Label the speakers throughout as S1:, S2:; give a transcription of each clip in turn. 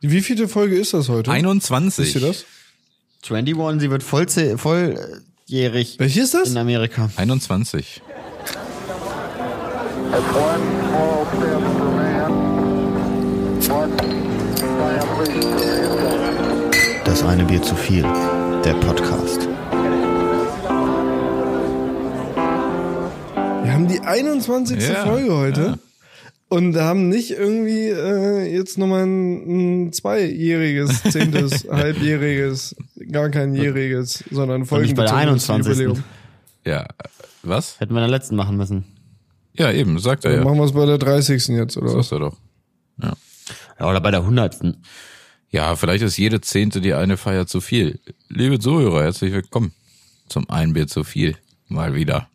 S1: Wie viele Folge ist das heute?
S2: 21.
S1: Hm? Wisst ihr das?
S3: 21, sie wird voll, volljährig
S1: Welche ist das?
S3: in Amerika.
S2: 21.
S4: That's one small step for man, one giant leap for mankind.
S3: Das eine Bier zu viel. Der Podcast.
S1: Wir haben die 21.
S2: Ja,
S1: Folge heute.
S2: ja.
S1: Und haben nicht irgendwie äh, jetzt nochmal ein, ein zweijähriges, zehntes, halbjähriges, gar kein jähriges, sondern
S3: nicht bei der
S1: folgenbezogenes
S3: 21..
S1: Jubiläum.
S2: Ja, äh, was?
S3: Hätten wir in der letzten machen müssen.
S2: Ja, eben, sagt er
S1: Dann
S2: ja.
S1: Machen wir es bei der 30. jetzt, oder was?
S2: Sagt er doch.
S3: Ja, oder bei der hundertsten.
S2: Ja, vielleicht ist jede Zehnte die eine Feier zu viel. Liebe Zuhörer, herzlich willkommen zum Ein Bier zu viel. Mal wieder.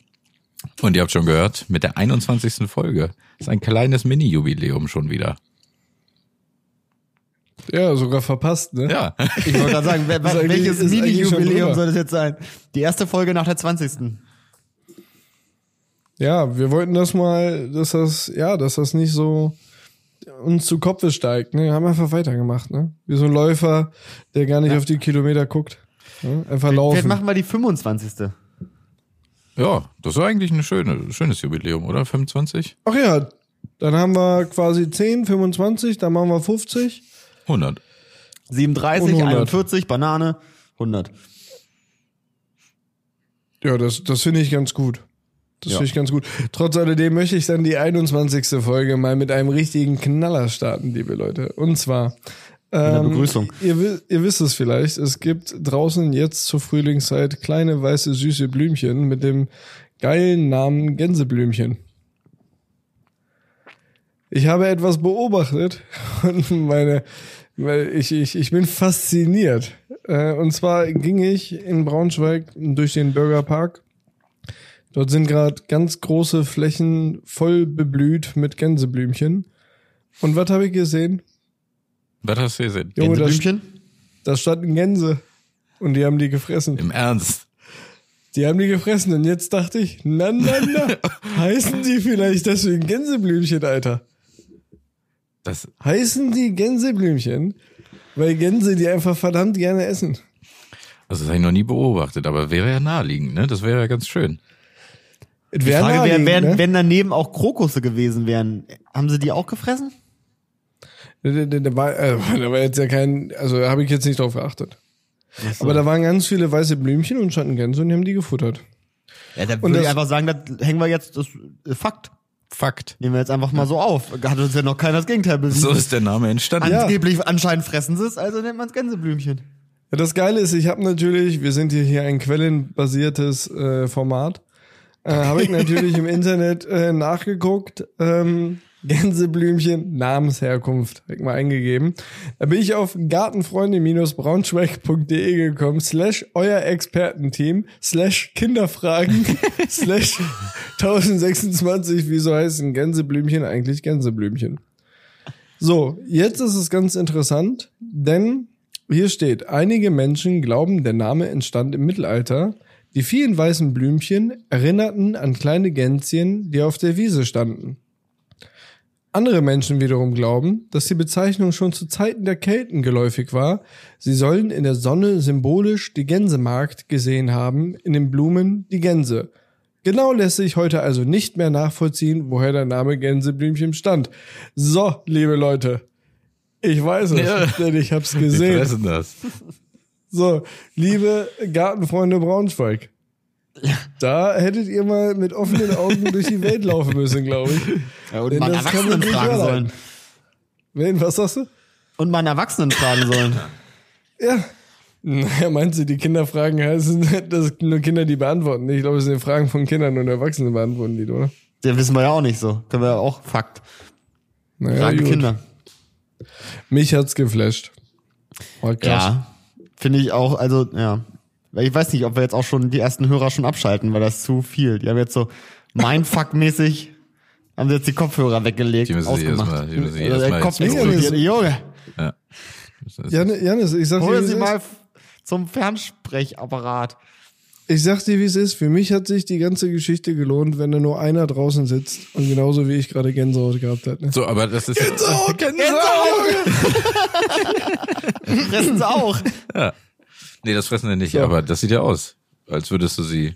S2: Und ihr habt schon gehört, mit der 21. Folge ist ein kleines Mini-Jubiläum schon wieder.
S1: Ja, sogar verpasst, ne?
S2: Ja,
S3: Ich wollte gerade sagen, wer,
S1: Ist eigentlich-
S3: welches
S1: ist eigentlich schon
S3: Mini-Jubiläum
S1: drüber.
S3: soll das jetzt sein? Die erste Folge nach der 20.
S1: Ja, wir wollten das mal, dass das, ja, dass das nicht so uns zu Kopfe steigt. Ne? Haben einfach weitergemacht, ne? Wie so ein Läufer, der gar nicht auf die Kilometer guckt. Ne? Einfach
S3: Vielleicht
S1: laufen.
S3: machen wir die 25.
S2: ja, das ist eigentlich ein schöne, schönes Jubiläum, oder? 25?
S1: Ach ja, dann haben wir quasi 10, 25, dann machen wir 50.
S2: 100.
S3: 37,
S1: Und 100.
S3: 41, Banane, 100.
S1: Ja, das, das finde ich ganz gut. Das
S3: Ja.
S1: finde ich ganz gut. Trotz alledem möchte ich dann die 21. Folge mal mit einem richtigen Knaller starten, liebe Leute. Und zwar. ähm,
S3: einer Begrüßung.
S1: Ihr, wi- ihr wisst es vielleicht, es gibt draußen jetzt zur Frühlingszeit kleine weiße süße Blümchen mit dem geilen Namen Gänseblümchen. Ich habe etwas beobachtet und meine, weil ich, ich, ich bin fasziniert. Äh, Und zwar ging ich in Braunschweig durch den Bürgerpark. Dort sind gerade ganz große Flächen voll beblüht mit Gänseblümchen. Und was habe ich gesehen?
S2: Was hast du gesehen?
S1: Junge, da,
S3: Gänseblümchen?
S1: da standen Gänse. Und die haben die gefressen.
S2: Im Ernst?
S1: Die haben die gefressen. Und jetzt dachte ich, na, na, na, heißen die vielleicht deswegen Gänseblümchen, Alter?
S2: Das,
S1: Heißen die Gänseblümchen, weil Gänse die einfach verdammt gerne essen.
S2: also das habe ich noch nie beobachtet, aber wäre ja naheliegend, ne? Das wäre ja ganz schön.
S1: Es
S3: Die
S1: wäre
S3: Frage wäre,
S1: naheliegend,
S3: wenn,
S1: ne?
S3: wenn daneben auch Krokusse gewesen wären, haben sie die auch gefressen?
S1: Da, da, da, war, äh, da war jetzt ja kein, also da habe ich jetzt nicht drauf geachtet. Aber da waren ganz viele weiße Blümchen und standen Gänse und die haben die gefuttert.
S3: Ja, da
S1: Und
S3: würde ich
S1: das-
S3: einfach sagen, das hängen wir jetzt, das ist Fakt.
S2: Fakt.
S3: Nehmen wir jetzt einfach mal so auf. Hat uns ja noch keiner das Gegenteil bewiesen.
S2: So ist der Name entstanden.
S1: Ja.
S3: Angeblich anscheinend fressen sie es, also nennt man es Gänseblümchen.
S1: Ja, das Geile ist, ich habe natürlich, wir sind hier, hier ein quellenbasiertes äh, Format, äh, habe ich natürlich im Internet äh, nachgeguckt, ähm, Gänseblümchen, Namensherkunft, hab ich mal eingegeben. Da bin ich auf gartenfreunde-braunschweig.de gekommen, slash euer Expertenteam, slash Kinderfragen, slash 1026, wieso heißen Gänseblümchen eigentlich Gänseblümchen? So, jetzt ist es ganz interessant, denn hier steht, einige Menschen glauben, der Name entstand im Mittelalter. Die vielen weißen Blümchen erinnerten an kleine Gänschen, die auf der Wiese standen. Andere Menschen wiederum glauben, dass die Bezeichnung schon zu Zeiten der Kelten geläufig war. Sie sollen in der Sonne symbolisch die Gänsemarkt gesehen haben, in den Blumen die Gänse. Genau lässt sich heute also nicht mehr nachvollziehen, woher der Name Gänseblümchen stammt. So, liebe Leute, ich weiß es,
S2: Ja.
S1: denn ich hab's
S2: Die
S1: gesehen.
S2: fressen das.
S1: So, liebe Gartenfreunde Braunschweig. Da hättet ihr mal mit offenen Augen durch die Welt laufen müssen, glaube ich.
S3: Ja, und
S1: Denn
S3: mal
S1: das kann
S3: Erwachsenen
S1: man nicht
S3: fragen
S1: erlauben.
S3: sollen.
S1: Wen, was sagst du?
S3: Und mal Erwachsenen fragen sollen.
S1: Ja. Naja, meinst du, die Kinderfragen heißen, das sind nur Kinder, die beantworten? Ich glaube, es sind Fragen von Kindern und Erwachsenen beantworten die, oder?
S3: Den wissen wir ja auch nicht so. Können wir ja auch Fakt.
S1: Naja,
S3: Fragen
S1: gut.
S3: Kinder.
S1: Mich hat's geflasht. Oh, krass.
S3: Ja. Finde ich auch, also, ja. Weil Ich weiß nicht, ob wir jetzt auch schon die ersten Hörer schon abschalten, weil das zu viel. Die haben jetzt so Mindfuck-mäßig, haben sie jetzt die Kopfhörer weggelegt,
S2: Die müssen sie erstmal-
S3: ausgemacht.
S2: die müssen sie
S3: Also, der
S2: erstmal
S3: Kopf
S2: jetzt
S3: ist
S1: beruhigen.
S3: explodiert. Junge,
S2: Ja.
S1: Janne- Janis, ich sag dir,
S3: hol
S1: wie
S3: sie
S1: es
S3: mal f- zum Fernsprechapparat.
S1: ist. Ich sag dir, wie es ist. Für mich hat sich die ganze Geschichte gelohnt, wenn da nur einer draußen sitzt und genauso wie ich gerade Gänsehaut gehabt hat. Ne?
S2: So, aber das ist.
S1: Gänsehaut, Gänsehaut!
S3: Fressen sie auch.
S2: Nee, das fressen wir nicht,
S1: So.
S2: aber das sieht ja aus. Als würdest du sie,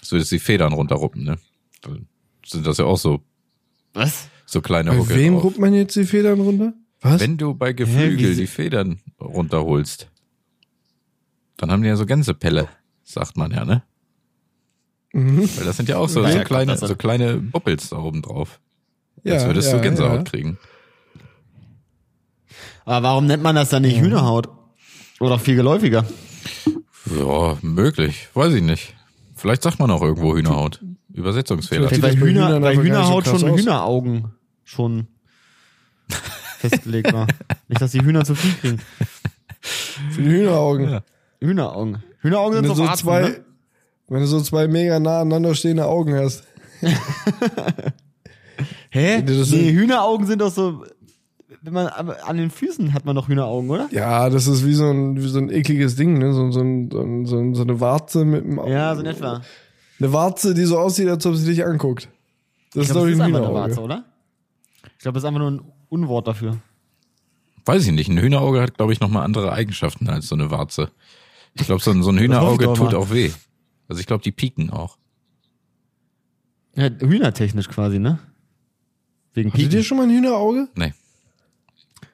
S2: als würdest du die Federn runterruppen, ne? Dann Sind das ja auch so,
S3: Was?
S2: so kleine
S1: Bei
S2: Hucke.
S1: wem
S2: drauf.
S1: ruppt man jetzt die Federn runter? Was?
S2: Wenn du bei Geflügel
S3: wieso-
S2: die Federn runterholst, dann haben die ja so Gänsepelle, sagt man ja, ne?
S1: Mhm.
S2: Weil das sind ja auch so,
S3: Ja,
S2: so
S3: ja,
S2: kleine,
S3: das sind-
S2: so kleine Boppels da oben drauf. Als würdest du Gänsehaut kriegen.
S3: Aber warum nennt man das dann nicht Hühnerhaut? Oder viel geläufiger?
S2: Ja, möglich. Weiß ich nicht. Vielleicht sagt man auch irgendwo Hühnerhaut. Übersetzungsfehler.
S1: Vielleicht- Sieht
S3: Weil
S1: das bei
S3: Hühner,
S1: Hühnern
S3: bei
S1: aber gar nicht so
S3: Hühnerhaut
S1: krass
S3: schon
S1: aus.
S3: Hühneraugen schon festgelegt war. Nicht, dass die Hühner zu viel kriegen.
S1: Für die Hühneraugen.
S3: Hühneraugen. Hühneraugen
S1: Wenn
S3: sind
S1: du
S3: so,
S1: so
S3: Warzen,
S1: zwei,
S3: ne?
S1: wenn du so zwei mega nah aneinander stehende Augen hast.
S3: Hä?
S1: Wenn du das
S3: Nee,
S1: so-
S3: Hühneraugen sind doch so. Wenn man aber an den Füßen hat man doch Hühneraugen, oder?
S1: Ja, das ist wie so ein, wie so ein ekliges Ding, ne? So, so, ein, so, ein, so, ein, so eine Warze mit einem Auge.
S3: Ja, so in etwa.
S1: Eine Warze, die so aussieht, als ob sie dich anguckt. Das
S3: Ich
S1: ist, glaube
S3: glaube,
S1: ich,
S3: das ist
S1: ein
S3: einfach eine Warze,
S1: Hühnerauge.
S3: oder? Ich glaube, das ist einfach nur ein Unwort dafür.
S2: Weiß ich nicht. Ein Hühnerauge hat, glaube ich, nochmal andere Eigenschaften als so eine Warze. Ich glaube, so ein, so ein Hühnerauge
S3: hoffe ich doch
S2: tut
S3: mal.
S2: auch weh. Also ich glaube, die pieken auch.
S3: Ja, hühnertechnisch quasi, ne? Wegen
S1: Hattet ihr
S3: Piken.
S1: schon mal ein Hühnerauge?
S2: Nee,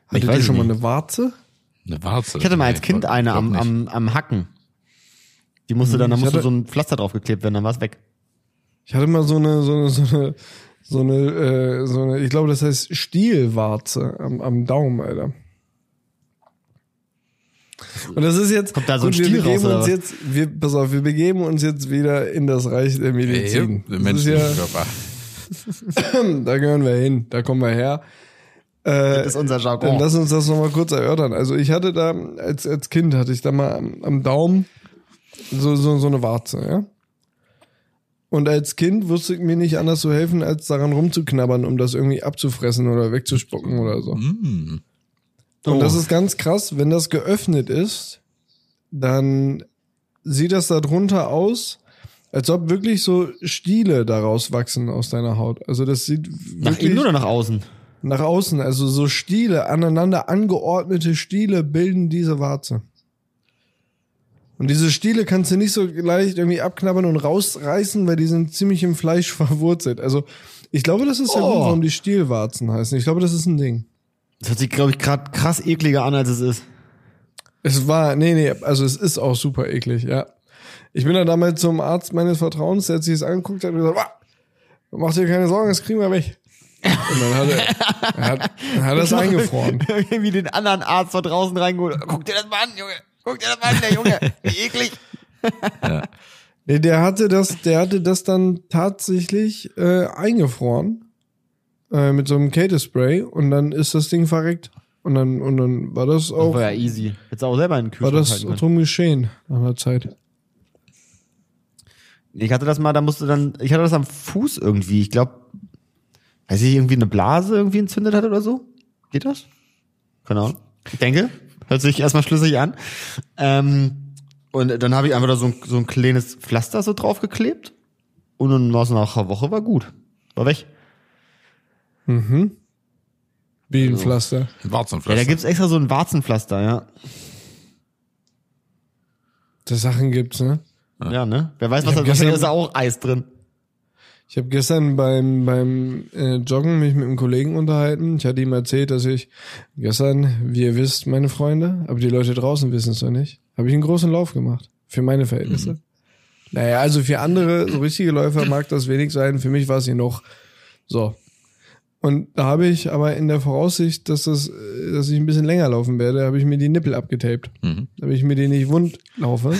S1: Hattet ihr
S3: weiß
S1: schon mal
S3: nicht.
S1: eine Warze?
S2: eine Warze.
S3: Ich hatte mal als
S2: Nee,
S3: Kind
S2: glaub-
S3: eine
S2: glaub
S3: am,
S2: nicht.
S3: am, am Hacken. Die musste dann, da
S1: Hm, Ich
S3: musste
S1: hatte-
S3: so ein Pflaster draufgeklebt werden, dann war's weg.
S1: Ich hatte mal so eine, so eine, so eine, so eine, äh, so eine ich glaube, das heißt Stielwarze am, am Daumen, Alter. Und das ist jetzt,
S3: Kommt da so ein
S1: gut, wir
S3: Stiel
S1: begeben
S3: raus, oder
S1: uns
S3: was?
S1: jetzt, wir, pass auf, wir begeben uns jetzt wieder in das Reich der Medizin.
S2: Ey,
S1: das ist
S2: Menschen
S1: ja,
S2: Körper.
S1: da gehören wir hin, da kommen wir her. Äh,
S3: Das ist unser
S1: Dann
S3: Jargon.
S1: lass uns das nochmal kurz erörtern. Also ich hatte da, als, als Kind hatte ich da mal am, am Daumen so, so, so eine Warze, ja. Und als Kind wusste ich mir nicht anders zu helfen, als daran rumzuknabbern, um das irgendwie abzufressen oder wegzuspucken oder so.
S2: Mm.
S1: Und das
S3: Oh.
S1: ist ganz krass, wenn das geöffnet ist, dann sieht das darunter aus, als ob wirklich so Stiele daraus wachsen aus deiner Haut. Also das sieht
S3: Nach
S1: wirklich
S3: innen oder nach außen?
S1: nach außen, also so Stiele, aneinander angeordnete Stiele bilden diese Warze. Und diese Stiele kannst du nicht so leicht irgendwie abknabbern und rausreißen, weil die sind ziemlich im Fleisch verwurzelt. Also ich glaube, das ist der
S3: Oh.
S1: Grund, warum die Stielwarzen heißen. Ich glaube, das ist ein Ding.
S3: Das hört sich, glaube ich, gerade krass ekliger an, als es ist.
S1: Es war, nee, nee, also es ist auch super eklig, ja. Ich bin da damals zum Arzt meines Vertrauens, der hat sich das angeguckt hat und gesagt, "Wah, mach dir keine Sorgen, das kriegen wir weg. Und dann hat er, er hat, er hat das eingefroren.
S3: Irgendwie den anderen Arzt von draußen reingeholt. Guck dir das mal an, Junge. Guck dir das mal an, der Junge. Wie eklig.
S1: Nee, der hatte das, der hatte das dann tatsächlich äh, eingefroren äh, mit so einem Kältespray und dann ist das Ding verreckt und dann und dann war das
S3: Das
S1: auch
S3: war ja easy. Hättest du auch selber in den
S1: Oh. war
S3: Kühlschrank halt, ne?
S1: das
S3: halten können.
S1: drum geschehen nach einer Zeit.
S3: Ich hatte das mal, da musste dann, ich hatte das am Fuß irgendwie. Ich glaube, weiß ich, irgendwie eine Blase irgendwie entzündet hat oder so. Geht das? Keine Ahnung. Ich denke, hört sich erstmal schlüssig an. Ähm, und dann habe ich einfach da so ein, so ein kleines Pflaster so draufgeklebt. Und dann war es nach einer Woche, war gut. War weg.
S1: Mhm. Wie
S3: Also
S1: ein Pflaster.
S3: Ja, da
S2: Warzenpflaster.
S3: gibt's extra so ein Warzenpflaster, ja.
S1: Das Sachen gibt's, ne?
S3: Ja, ne? Wer weiß, was
S1: Ich
S3: da
S1: hab
S3: ist. Da
S1: gestern-
S3: ist auch Eis drin.
S1: Ich habe gestern beim, beim äh, Joggen mich mit einem Kollegen unterhalten. Ich hatte ihm erzählt, dass ich gestern, wie ihr wisst, meine Freunde, aber die Leute draußen wissen es doch nicht, habe ich einen großen Lauf gemacht. Für meine Verhältnisse. Naja, also für andere, so richtige Läufer mag das wenig sein. Für mich war es genug. So. Und da habe ich aber in der Voraussicht, dass, das, äh, dass ich ein bisschen länger laufen werde, habe ich mir die Nippel abgetaped.
S2: Mhm.
S1: Damit ich mir die nicht wund laufe.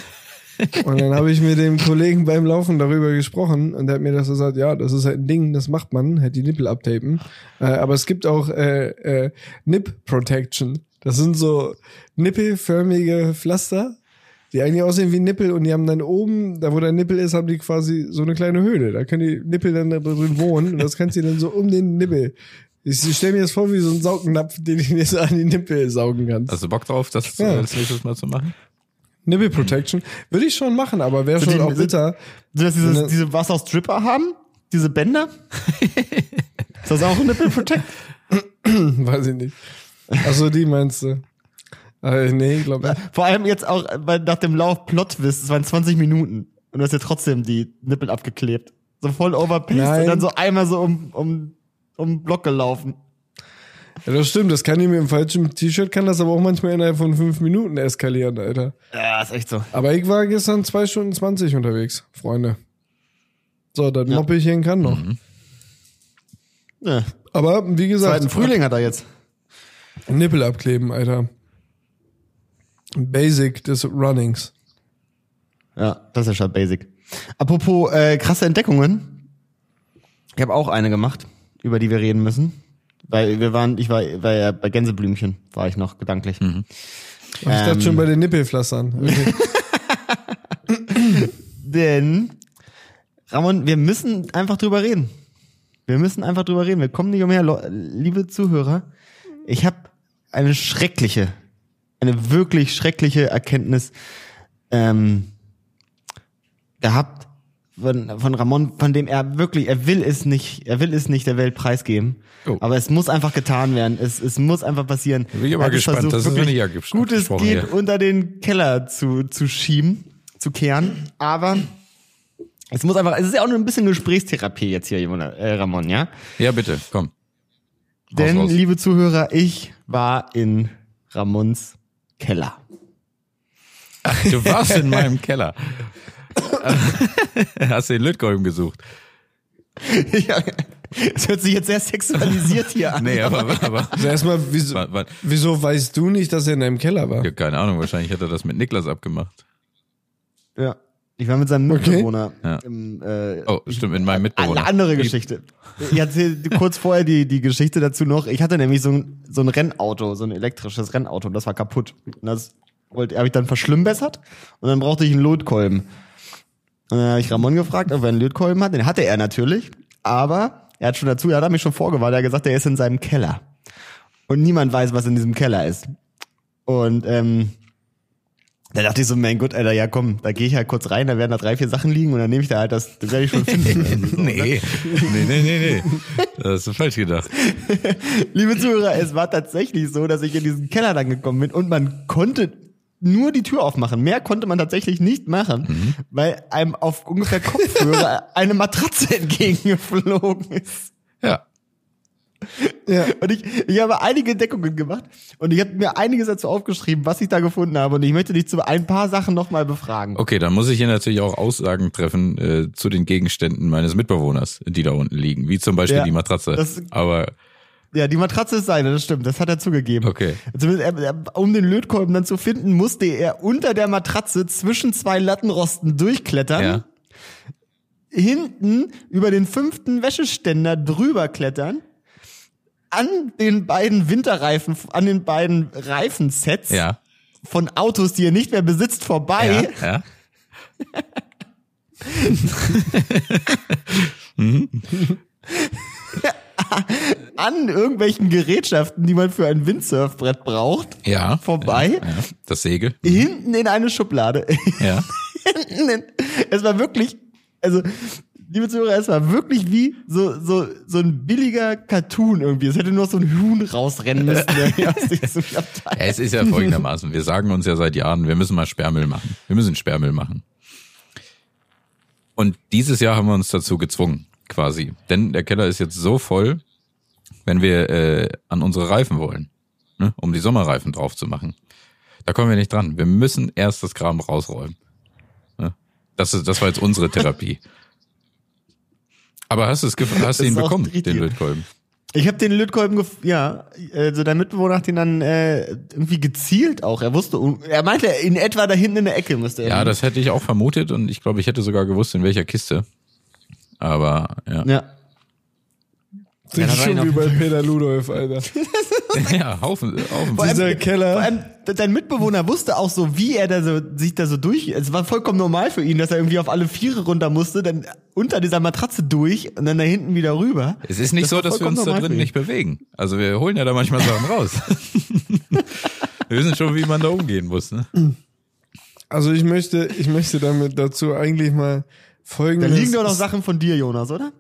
S1: Und dann habe ich mit dem Kollegen beim Laufen darüber gesprochen und der hat mir das gesagt, ja, das ist halt ein Ding, das macht man, halt die Nippel abtapen. Äh, aber es gibt auch äh, äh, Nip Protection. Das sind so nippelförmige Pflaster, die eigentlich aussehen wie Nippel und die haben dann oben, da wo der Nippel ist, haben die quasi so eine kleine Höhle. Da können die Nippel dann da drin wohnen und das kannst du dann so um den Nippel. Ich stelle mir das vor wie so ein Saugnapf, den du dir so an die Nippel saugen kannst.
S2: Hast du Bock drauf, das
S1: Ja.
S2: als nächstes Mal zu machen?
S1: Nipple Protection würde ich schon machen, aber wäre
S3: Sind
S1: schon
S3: die-
S1: auch bitter.
S3: Sind das dieses,
S1: Ne.
S3: diese, was auch Stripper haben? Diese Bänder? ist das auch ein Nipple Protect? Mhm.
S1: Weiß ich nicht. Also die meinst du? Äh, nee, glaube ich.
S3: Vor allem jetzt auch bei, nach dem Lauf Plot Twist, es waren 20 Minuten und du hast ja trotzdem die Nippel abgeklebt. So voll overpaced
S1: Nein.
S3: und dann so einmal so um, um, um den Block gelaufen.
S1: Ja, das stimmt, das kann ihm im falschen T-Shirt, kann das aber auch manchmal innerhalb von fünf Minuten eskalieren, Alter.
S3: Ja, ist echt so.
S1: Aber ich war gestern zwei Stunden 20 unterwegs, Freunde. So, dann moppe ich hin kann noch.
S3: Mhm. Ja.
S1: Aber wie gesagt,
S3: Zweiten Frühling hat er jetzt.
S1: Nippel abkleben, Alter. Basic des Runnings.
S3: Ja, das ist ja schon basic. Apropos äh, krasse Entdeckungen. Ich habe auch eine gemacht, über die wir reden müssen. Weil wir waren, ich war, war ja bei Gänseblümchen, war ich noch gedanklich.
S1: Ich dachte
S3: Ähm.
S1: schon bei den Nippelflassern. Also Okay.
S3: Denn, Ramon, wir müssen einfach drüber reden. Wir müssen einfach drüber reden. Wir kommen nicht umher, Lo- liebe Zuhörer. Ich habe eine schreckliche, eine wirklich schreckliche Erkenntnis ähm, gehabt von, von Ramon, von dem er wirklich, er will es nicht, er will es nicht der Welt preisgeben.
S2: Oh.
S3: Aber es muss einfach getan werden. Es, es muss einfach passieren.
S2: bin ich aber
S3: Er hat es
S2: gespannt. Das ist
S3: wirklich
S2: noch nicht abges-
S3: Gutes
S2: abgesprochen
S3: geht
S2: hier.
S3: unter den Keller zu, zu schieben, zu kehren. Aber es muss einfach, es ist ja auch nur ein bisschen Gesprächstherapie jetzt hier, Jona- äh, Ramon, ja?
S2: Ja, bitte, komm.
S3: Denn,
S2: raus.
S3: liebe Zuhörer, ich war in Ramons Keller.
S2: Du warst in meinem Keller. Hast den Lötkolben gesucht.
S3: Ja, Es hört sich jetzt sehr sexualisiert hier an.
S2: Nee, aber, aber
S1: Also erstmal, wieso,
S2: Wa- wa-
S1: wieso weißt du nicht, dass er in deinem Keller war?
S2: ja, keine Ahnung, wahrscheinlich hat er das mit Niklas abgemacht.
S3: Ja. Ich war mit seinem
S1: Okay.
S3: Mitbewohner.
S2: Ja.
S3: Im, äh,
S2: Oh, stimmt, mit meinem Mitbewohner.
S3: Eine andere Geschichte. Ich erzähle kurz vorher die, die Geschichte dazu noch. Ich hatte nämlich so ein, so ein Rennauto, so ein elektrisches Rennauto, und das war kaputt. Und das wollte, habe ich dann verschlimmbessert und dann brauchte ich einen Lötkolben. Und dann habe ich Ramon gefragt, ob er einen Lötkolben hat. Den hatte er natürlich, aber er hat schon dazu, er hat mich schon vorgewarnt, er hat gesagt, er ist in seinem Keller. Und niemand weiß, was in diesem Keller ist. Und ähm, da dachte ich so, mein Gott, Alter, ja komm, da gehe ich halt kurz rein, da werden da drei, vier Sachen liegen und dann nehme ich da halt das, das werde ich schon finden. Also so, ne?
S2: Nee, nee, nee, nee, nee. Das ist falsch gedacht.
S3: Liebe Zuhörer, es war tatsächlich so, dass ich in diesen Keller dann gekommen bin und man konnte nur die Tür aufmachen. Mehr konnte man tatsächlich nicht machen,
S2: Mhm.
S3: weil einem auf ungefähr Kopfhörer eine Matratze entgegengeflogen ist.
S2: Ja.
S1: Ja.
S3: Und ich, ich habe einige Entdeckungen gemacht und ich habe mir einiges dazu aufgeschrieben, was ich da gefunden habe. Und ich möchte dich zu ein paar Sachen nochmal befragen.
S2: Okay, dann muss ich hier natürlich auch Aussagen treffen äh, zu den Gegenständen meines Mitbewohners, die da unten liegen, wie zum Beispiel
S3: Ja,
S2: die Matratze.
S3: das-
S2: Aber
S3: Ja, die Matratze ist seine, das stimmt, das hat er zugegeben.
S2: Okay.
S3: Zumindest, er, er, um den Lötkolben dann zu finden, musste er unter der Matratze zwischen zwei Lattenrosten durchklettern.
S2: ja,
S3: hinten über den fünften Wäscheständer drüber klettern, an den beiden Winterreifen, an den beiden Reifensets
S2: ja,
S3: von Autos, die er nicht mehr besitzt,
S2: ja,
S3: vorbei,
S2: ja.
S3: an irgendwelchen Gerätschaften, die man für ein Windsurfbrett braucht,
S2: Ja.
S3: vorbei,
S2: ja. Das Segel.
S3: hinten in eine Schublade.
S2: Ja.
S3: hinten in, es war wirklich, also, liebe Zuhörer, es war wirklich wie so, so, so ein billiger Cartoon irgendwie. Es hätte nur noch so ein Huhn rausrennen müssen irgendwie aus diesem Abteil.
S2: Es ist ja folgendermaßen. Wir sagen uns ja seit Jahren, wir müssen mal Sperrmüll machen. Wir müssen Sperrmüll machen. Und dieses Jahr haben wir uns dazu gezwungen, quasi. Denn der Keller ist jetzt so voll, wenn wir äh, an unsere Reifen wollen, ne? um die Sommerreifen drauf zu machen. Da kommen wir nicht dran. Wir müssen erst das Kram rausräumen. Ne? Das, ist, das war jetzt unsere Therapie. Aber hast du es gef- hast du
S3: Das
S2: ihn
S3: ist auch
S2: bekommen,
S3: richtig.
S2: den Lötkolben?
S3: Ich habe den Lötkolben, gef- ja, also dein Mitbewohner hat ihn dann äh, irgendwie gezielt auch. Er wusste, un- er meinte, in etwa da hinten in der Ecke müsste er.
S2: Ja, das hätte ich auch vermutet und ich glaube, ich hätte sogar gewusst, in welcher Kiste. Aber ja.
S3: Ja.
S1: Das
S3: da
S1: ist
S3: war ich
S1: schon
S3: noch-
S1: wie bei Peter Ludolf, Alter.
S2: Ja, Haufen, Haufen.
S3: allem-
S1: Dieser
S3: Vor
S1: Keller.
S3: allem, de- dein Mitbewohner wusste auch so, wie er da so, sich da so durch. Es war vollkommen normal für ihn, dass er irgendwie auf alle Viere runter musste, dann unter dieser Matratze durch und dann da hinten wieder rüber.
S2: Es ist nicht
S3: Das
S2: so,
S3: war
S2: dass wir
S3: vollkommen
S2: uns da
S3: normal
S2: drin
S3: für ihn.
S2: nicht bewegen. Also wir holen ja da manchmal Sachen raus. wir wissen schon, wie man da umgehen muss. Ne?
S1: Also ich möchte, ich möchte damit dazu eigentlich mal
S3: Da
S1: folgendes.
S3: liegen doch noch Sachen von dir, Jonas, oder?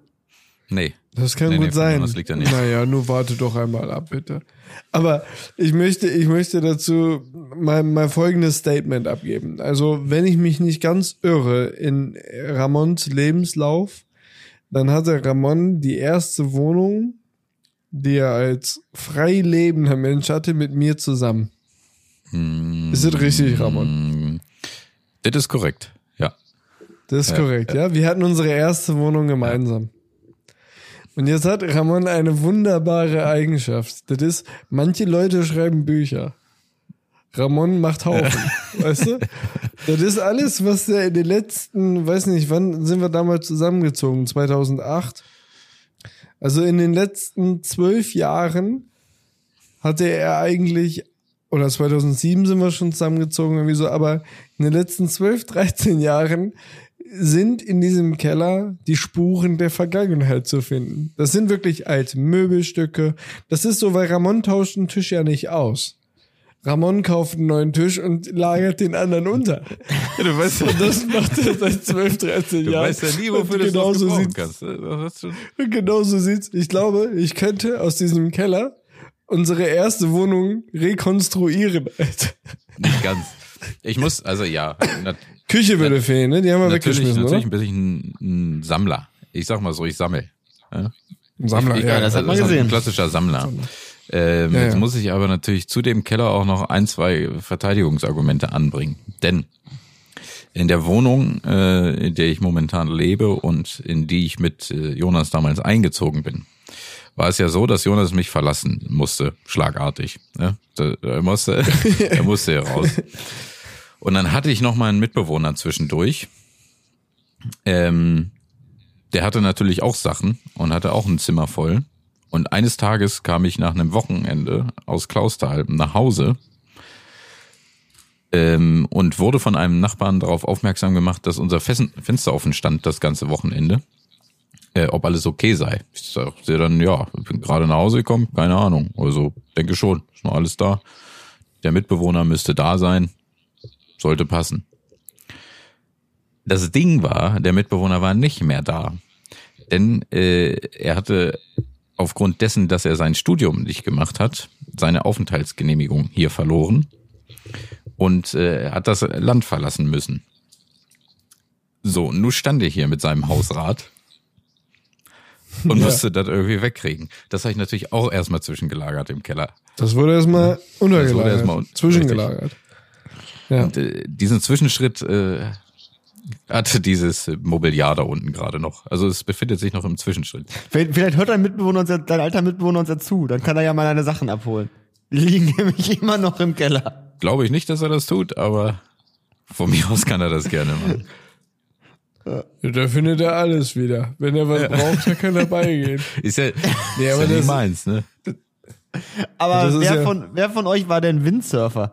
S2: Nee.
S1: Das kann
S2: Nee,
S1: gut
S2: nee, von
S1: sein.
S2: Jonas liegt ja nicht.
S1: Naja, nur warte doch einmal ab, bitte. Aber ich möchte, ich möchte dazu mein, mein folgendes Statement abgeben. Also, wenn ich mich nicht ganz irre in Ramons Lebenslauf, dann hatte Ramon die erste Wohnung, die er als frei lebender Mensch hatte, mit mir zusammen.
S2: Hm.
S1: Ist das richtig, Ramon?
S2: Mm, Das ist korrekt. Ja.
S1: Das ist korrekt, ja. Wir hatten unsere erste Wohnung gemeinsam. Und jetzt hat Ramon eine wunderbare Eigenschaft. Das ist, manche Leute schreiben Bücher. Ramon macht Haufen. Weißt du? Das ist alles, was der in den letzten, weiß nicht, wann sind wir damals zusammengezogen? 2008. Also in den letzten zwölf Jahren hatte er eigentlich, oder 2007 sind wir schon zusammengezogen, irgendwie so, aber in den letzten zwölf, 13 Jahren sind in diesem Keller die Spuren der Vergangenheit zu finden. Das sind wirklich alte Möbelstücke. Das ist so, weil Ramon tauscht einen Tisch ja nicht aus. Ramon kauft einen neuen Tisch und lagert den anderen unter.
S2: Du weißt
S1: Und das macht er seit 12, 13
S2: Du
S1: Jahren.
S2: weißt ja nie,
S1: Und
S2: wofür du
S3: Genau
S2: das
S1: genauso
S2: noch gebrauchen
S1: sieht's-
S2: kannst. Das hast du-
S1: und Genau so sieht's. Ich glaube, ich könnte aus diesem Keller unsere erste Wohnung rekonstruieren. Alter.
S2: Nicht ganz. Ich muss, also ja, nat
S1: Küche würde fehlen, ne? Die haben wir
S2: natürlich,
S1: weggeschmissen,
S2: natürlich
S1: oder?
S2: ein bisschen ein, ein Sammler. Ich sag mal so, ich sammel. Ja?
S1: Sammler,
S2: ich,
S3: ja, das hat man
S2: ist
S3: gesehen.
S2: Ein klassischer Sammler. Ähm,
S1: Ja,
S2: Jetzt
S1: ja.
S2: muss ich aber natürlich zu dem Keller auch noch ein, zwei Verteidigungsargumente anbringen. Denn in der Wohnung, äh, in der ich momentan lebe und in die ich mit äh, Jonas damals eingezogen bin, war es ja so, dass Jonas mich verlassen musste, schlagartig. Ne? Da- Er musste, er musste ja raus. Und dann hatte ich noch mal einen Mitbewohner zwischendurch. Ähm, der hatte natürlich auch Sachen und hatte auch ein Zimmer voll. Und eines Tages kam ich nach einem Wochenende aus Klausthal nach Hause ähm, und wurde von einem Nachbarn darauf aufmerksam gemacht, dass unser Fessen- Fenster offen stand das ganze Wochenende, äh, ob alles okay sei. Ich sagte dann, ja, ich bin gerade nach Hause gekommen, keine Ahnung. Also denke schon, ist noch alles da. Der Mitbewohner müsste da sein, sollte passen. Das Ding war, der Mitbewohner war nicht mehr da. Denn äh, er hatte aufgrund dessen, dass er sein Studium nicht gemacht hat, seine Aufenthaltsgenehmigung hier verloren und äh, hat das Land verlassen müssen. So, nun stand er hier mit seinem Hausrat und musste das irgendwie wegkriegen. Das habe ich natürlich auch erstmal zwischengelagert im Keller.
S1: Das wurde erstmal untergelagert.
S2: Das wurde erstmal un-
S1: zwischengelagert. Ja.
S2: Und, äh, diesen Zwischenschritt äh, hatte dieses Mobiliar da unten gerade noch. Also es befindet sich noch im Zwischenschritt.
S3: Vielleicht vielleicht hört dein Mitbewohner uns ja, dein alter Mitbewohner uns ja zu. Dann kann er ja mal deine Sachen abholen. Die liegen nämlich immer noch im Keller.
S2: Glaube ich nicht, dass er das tut, aber von mir aus kann er das gerne machen.
S1: Da findet er alles wieder. Wenn er was braucht, dann kann er beigehen.
S2: Ist ja,
S1: Ja,
S2: ist
S1: aber
S2: ja nicht
S1: das-
S2: meins, ne?
S1: Das
S3: Aber
S1: ist
S3: wer,
S1: ja-
S3: von, wer von euch war denn Windsurfer?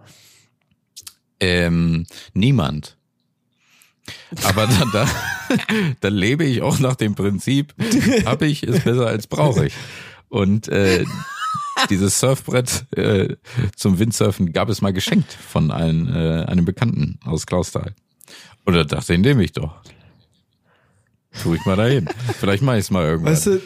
S2: Ähm, niemand. Aber da, da, da lebe ich auch nach dem Prinzip, hab ich, ist besser als brauche ich. Und äh, dieses Surfbrett äh, zum Windsurfen gab es mal geschenkt von einem, äh, einem Bekannten aus Klausthal. Oder dachte, den nehme ich doch. Tu ich mal dahin. Vielleicht mache ich es mal irgendwann.
S1: Weißt du,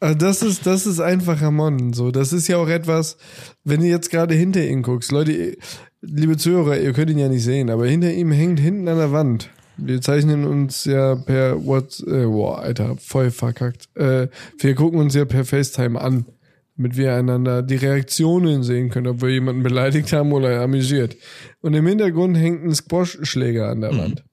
S1: also das ist, das ist einfach Ramon. So, das ist ja auch etwas, wenn du jetzt gerade hinter ihn guckst. Leute, ihr- liebe Zuhörer, ihr könnt ihn ja nicht sehen, aber hinter ihm hängt hinten an der Wand. Wir zeichnen uns ja per What, äh, boah, Alter, voll verkackt. Äh, wir gucken uns ja per FaceTime an, damit wir einander die Reaktionen sehen können, ob wir jemanden beleidigt haben oder amüsiert. Und im Hintergrund hängt ein Squash-Schläger an der Wand.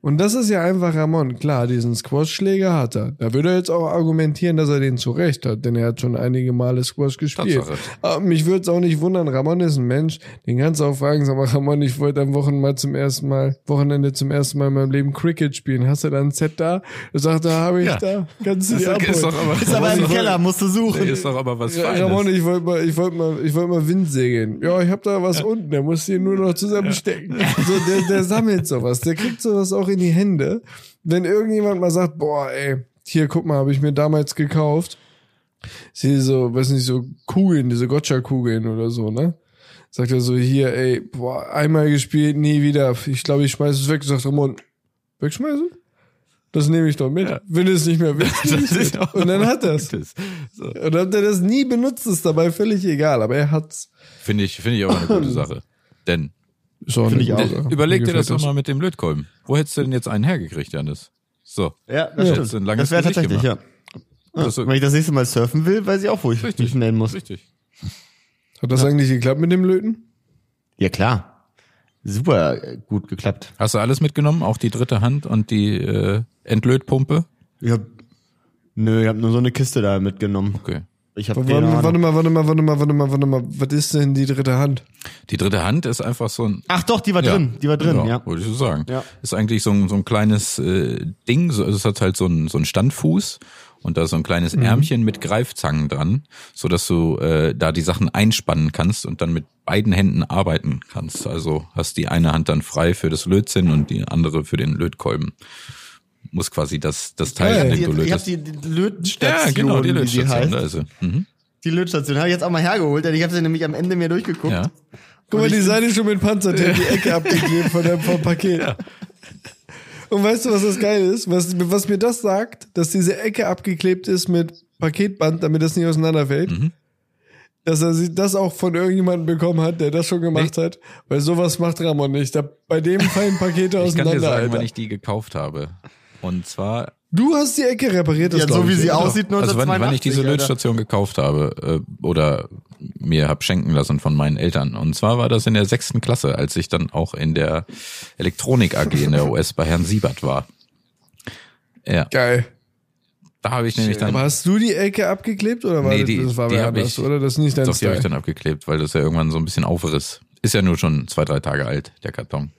S1: Und das ist ja einfach Ramon. Klar, diesen Squash-Schläger hat er. Da würde er jetzt auch argumentieren, dass er den zu Recht hat, denn er hat schon einige Male Squash gespielt.
S2: Tatsache.
S1: Aber mich würde es auch nicht wundern, Ramon ist ein Mensch, den kannst du auch fragen, sag mal, Ramon, ich wollte am Wochenende mal zum ersten Mal, Wochenende zum ersten Mal in meinem Leben Cricket spielen. Hast du da ein Set da? Er sagt, da habe ich
S2: Ja.
S1: da. Kannst du
S2: Ist
S1: dir
S2: doch-
S1: abholen.
S2: ist doch aber-
S3: Ist aber im Keller, musst du suchen.
S2: ist doch aber was
S1: Ja,
S2: Feines.
S1: Ramon, ich wollte mal, ich wollte mal, ich wollte mal Wind segeln. Ja, ich habe da was unten, der muss den nur noch zusammenstecken. So, der, der sammelt sowas, der kriegt sowas auch in die Hände. Wenn irgendjemand mal sagt, boah, ey, hier, guck mal, habe ich mir damals gekauft. Sie so, weiß nicht, so Kugeln, diese Gotcha-Kugeln oder so, ne? Sagt er so, hier, ey, boah, einmal gespielt, nie wieder. Ich glaube, ich schmeiße es weg. Sagt Ramon, wegschmeißen? Das nehme ich doch mit. Will es nicht mehr. Will es nicht mit. Und dann hat er es.
S2: So.
S1: Und ob der das nie benutzt, ist dabei völlig egal. Aber er hat's.
S2: Finde ich, finde ich auch eine gute Sache. Denn
S1: Finde
S3: Finde ich auch.
S2: äh, überleg dir das doch mal mit dem Lötkolben. Wo hättest du denn jetzt einen hergekriegt, Janis? So.
S3: Ja,
S2: Ja.
S3: das
S2: Hättest du ein
S3: stimmt.
S2: langes
S3: Das wäre
S2: Gesicht
S3: tatsächlich, ja. ja.
S2: Das ist-
S3: Wenn ich das nächste Mal surfen will, weiß ich auch, wo ich
S2: Richtig.
S3: mich melden muss.
S2: Richtig.
S1: Hat das eigentlich geklappt mit dem Löten?
S3: Ja, klar. Super äh, gut geklappt.
S2: Hast du alles mitgenommen? Auch die dritte Hand und die äh, Entlötpumpe?
S3: Ich hab, nö, ich hab nur so eine Kiste da mitgenommen.
S2: Okay.
S3: Ich hab
S1: Warte,
S3: keine
S1: mal,
S3: Ahnung.
S1: warte mal, warte mal, warte mal, warte mal, warte mal. Was ist denn die dritte Hand?
S2: Die dritte Hand ist einfach so ein
S3: Ach doch, die war drin, die war drin, ja.
S2: Wollte ich so sagen.
S3: Ja.
S2: Ist eigentlich so ein, so ein kleines äh, Ding, so, also es hat halt so einen, so einen Standfuß und da ist so ein
S3: Mhm.
S2: kleines Ärmchen mit Greifzangen dran, so dass du äh, da die Sachen einspannen kannst und dann mit beiden Händen arbeiten kannst. Also hast die eine Hand dann frei für das Lötzinn und die andere für den Lötkolben. Muss quasi das, das Teil, an
S1: Geil.
S2: dem
S3: Die,
S2: du
S3: ich
S2: lötest.
S3: hab die, die Lötstation,
S2: Ja, genau, die
S3: wie sie
S2: Lötstation, da
S3: heißt.
S2: ist sie. Mhm.
S3: Die Lötstation habe ich jetzt auch mal hergeholt, denn ich habe sie nämlich am Ende mir durchgeguckt.
S2: Ja.
S1: Guck mal, die Seite ist schon mit Panzertape die Ecke abgeklebt von dem vom Paket. Und weißt du, was das geil ist? Was, was mir das sagt, dass diese Ecke abgeklebt ist mit Paketband, damit das nicht auseinanderfällt.
S2: Mhm.
S1: Dass er sie- das auch von irgendjemandem bekommen hat, der das schon gemacht hat. Weil sowas macht Ramon nicht. Da, bei dem fallen Pakete
S2: Ich kann
S1: auseinander.
S2: dir sagen,
S1: Alter.
S2: wann ich die gekauft habe. Und zwar
S1: du hast die Ecke repariert, das
S3: Ja,
S1: glaub
S3: so wie
S1: ich,
S3: sie
S1: oder?
S3: aussieht,
S2: Also wann, wann ich diese
S3: 1982, Alter.
S2: Lötstation gekauft habe äh, oder mir hab schenken lassen von meinen Eltern. Und zwar war das in der sechsten Klasse, als ich dann auch in der Elektronik AG in der US bei Herrn Siebert war. Ja,
S1: Geil.
S2: da habe ich nämlich
S1: Aber
S2: dann
S1: hast du die Ecke abgeklebt oder war
S2: Nee,
S1: das,
S2: die-
S1: das war
S2: die
S1: wer
S2: hab ich-
S1: anders, oder? Das ist nicht dein
S2: doch die habe ich
S1: Style.
S2: dann abgeklebt, weil das ja irgendwann so ein bisschen aufriss. Ist ja nur schon zwei drei Tage alt der Karton.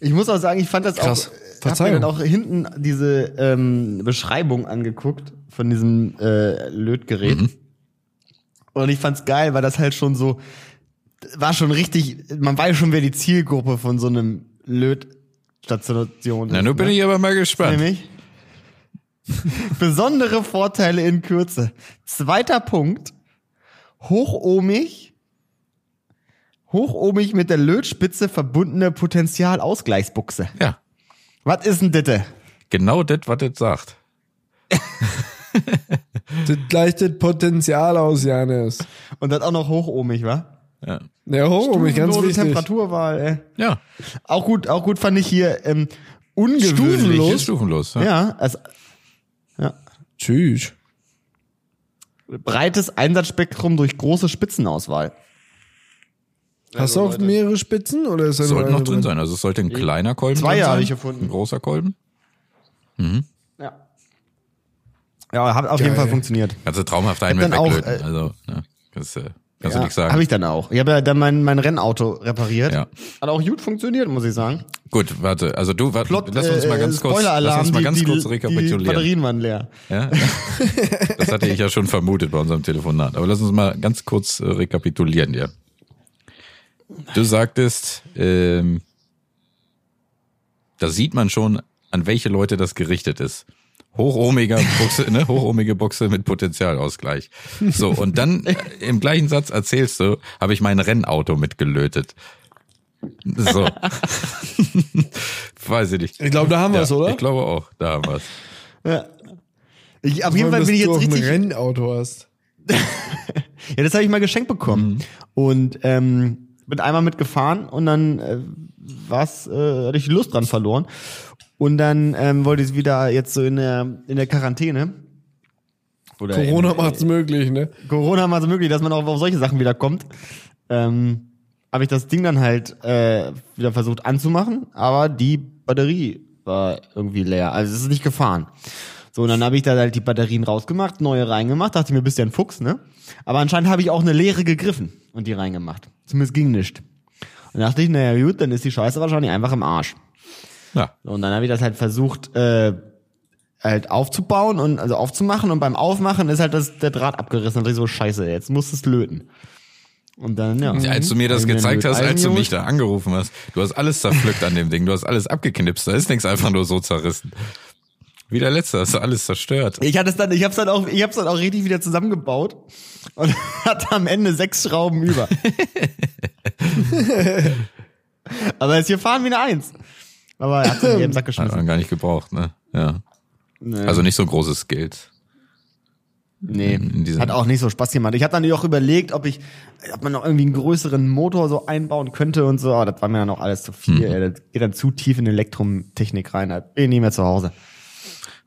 S3: Ich muss auch sagen, ich fand das
S1: Krass.
S3: auch. Ich habe mir
S1: Verzeihung.
S3: dann auch hinten diese ähm, Beschreibung angeguckt von diesem äh, Lötgerät. Und ich fand's geil, weil das halt schon so war schon richtig. Man weiß schon, wer die Zielgruppe von so einem Lötstation ist.
S2: Na, nun bin
S3: ne?
S2: ich aber mal gespannt.
S3: Nämlich besondere Vorteile in Kürze. Zweiter Punkt. Hochohmig. Hochohmig mit der Lötspitze verbundene Potenzialausgleichsbuchse.
S2: Ja,
S3: Was ist denn ditte?
S2: genau das, was das sagt.
S1: Das gleicht das Potenzial aus, Janis.
S3: Und dann auch noch hochohmig, wa?
S2: Ja,
S1: Ja, hoch, mich ganz
S3: Studenlose
S1: wichtig.
S3: Temperaturwahl, ey.
S2: ja.
S3: Auch gut, auch gut fand ich hier ähm, ungewöhnlich.
S2: Hier ist stufenlos. Ja.
S3: Ja, also
S1: Tschüss.
S3: breites Einsatzspektrum durch große Spitzenauswahl.
S1: Hast du auch mehrere Spitzen oder ist da nur
S2: Sollte
S1: eine
S2: noch drin sein. Also es sollte ein kleiner Kolben
S3: Zwei
S2: drin sein.
S3: habe ich gefunden.
S2: Ein großer Kolben.
S3: Ja. Ja, hat auf jeden Fall funktioniert.
S2: Kannst du traumhaft einen mit
S3: dann auch,
S2: weglöten.
S3: äh,
S2: also, ja, kannst, äh, kannst du
S3: ja,
S2: nichts sagen.
S3: Habe ich dann auch. Ich habe ja dann mein, mein Rennauto repariert.
S2: Ja.
S3: Hat auch gut funktioniert, muss ich sagen.
S2: Gut, warte. Also du, warte, lass uns mal
S3: äh,
S2: ganz kurz,
S3: Spoiler-Alarm,
S2: lass uns mal
S3: die-
S2: ganz
S3: die,
S2: kurz
S3: Die
S2: rekapitulieren.
S3: Batterien waren leer.
S2: ja? Das hatte ich ja schon vermutet bei unserem Telefonat. Aber lass uns mal ganz kurz äh, rekapitulieren, ja. Du sagtest, ähm, da sieht man schon, an welche Leute das gerichtet ist. Hochohmiger Buchse, ne? Hochohmige Buchse mit Potenzialausgleich. So, und dann äh, im gleichen Satz erzählst du, habe ich mein Rennauto mitgelötet. So. Weiß ich nicht.
S1: Ich glaube, da haben wir's, oder?
S2: Ich glaube auch, da haben wir's.
S3: Ja. Ich, auf
S1: Vor
S3: jeden
S1: allem,
S3: Fall
S1: dass
S3: bin ich
S1: du
S3: jetzt
S1: auch ein
S3: richtig.
S1: Rennauto hast.
S3: Ja, das habe ich mal geschenkt
S2: Mhm.
S3: bekommen. Und ähm, bin einmal mitgefahren und dann äh, war's, äh, hatte ich die Lust dran verloren. Und dann ähm, wollte ich es wieder jetzt so in der, in der Quarantäne. Oder in-
S1: Corona macht's möglich, ne?
S3: Corona mal so möglich, dass man auch auf solche Sachen wieder kommt. Ähm, habe ich das Ding dann halt äh, wieder versucht anzumachen, aber die Batterie war irgendwie leer. Also es ist nicht gefahren. So, und dann habe ich da halt die Batterien rausgemacht, neue reingemacht, dachte mir, bist ja ein Fuchs, ne? Aber anscheinend habe ich auch eine leere gegriffen und die reingemacht. Zumindest ging nicht. Und dachte ich, naja gut, dann ist die Scheiße wahrscheinlich einfach im Arsch.
S2: Ja.
S3: So, Und dann habe ich das halt versucht, äh, halt aufzubauen und also aufzumachen und beim Aufmachen ist halt das, der Draht abgerissen. Und ich so, scheiße, jetzt musst du es löten. Und dann, ja.
S2: Als du mir das
S3: Hab ich
S2: gezeigt
S3: ein
S2: hast, als du
S3: Löteisen
S2: mich da angerufen hast, du hast alles zerpflückt an dem Ding, du hast alles abgeknipst, da ist nichts einfach nur so zerrissen. Wie der letzte, hast du alles zerstört.
S3: Ich hatte es dann, ich hab's dann auch, ich hab's dann auch richtig wieder zusammengebaut und hatte am Ende sechs Schrauben über. Aber es hier fahren wie eine Eins. Aber er hat sie mir im Sack
S2: Hat
S3: geschmissen.
S2: man gar nicht gebraucht, ne? Ja.
S3: Nee.
S2: Also nicht so großes Geld.
S3: nee,
S2: in diesem-
S3: hat auch nicht so Spaß gemacht. Ich habe dann auch überlegt, ob ich, ob man noch irgendwie einen größeren Motor so einbauen könnte und so, aber das war mir dann auch alles zu viel.
S2: Mhm.
S3: ey. Das geht dann zu tief in Elektrotechnik rein. Da bin ich nicht mehr zu Hause.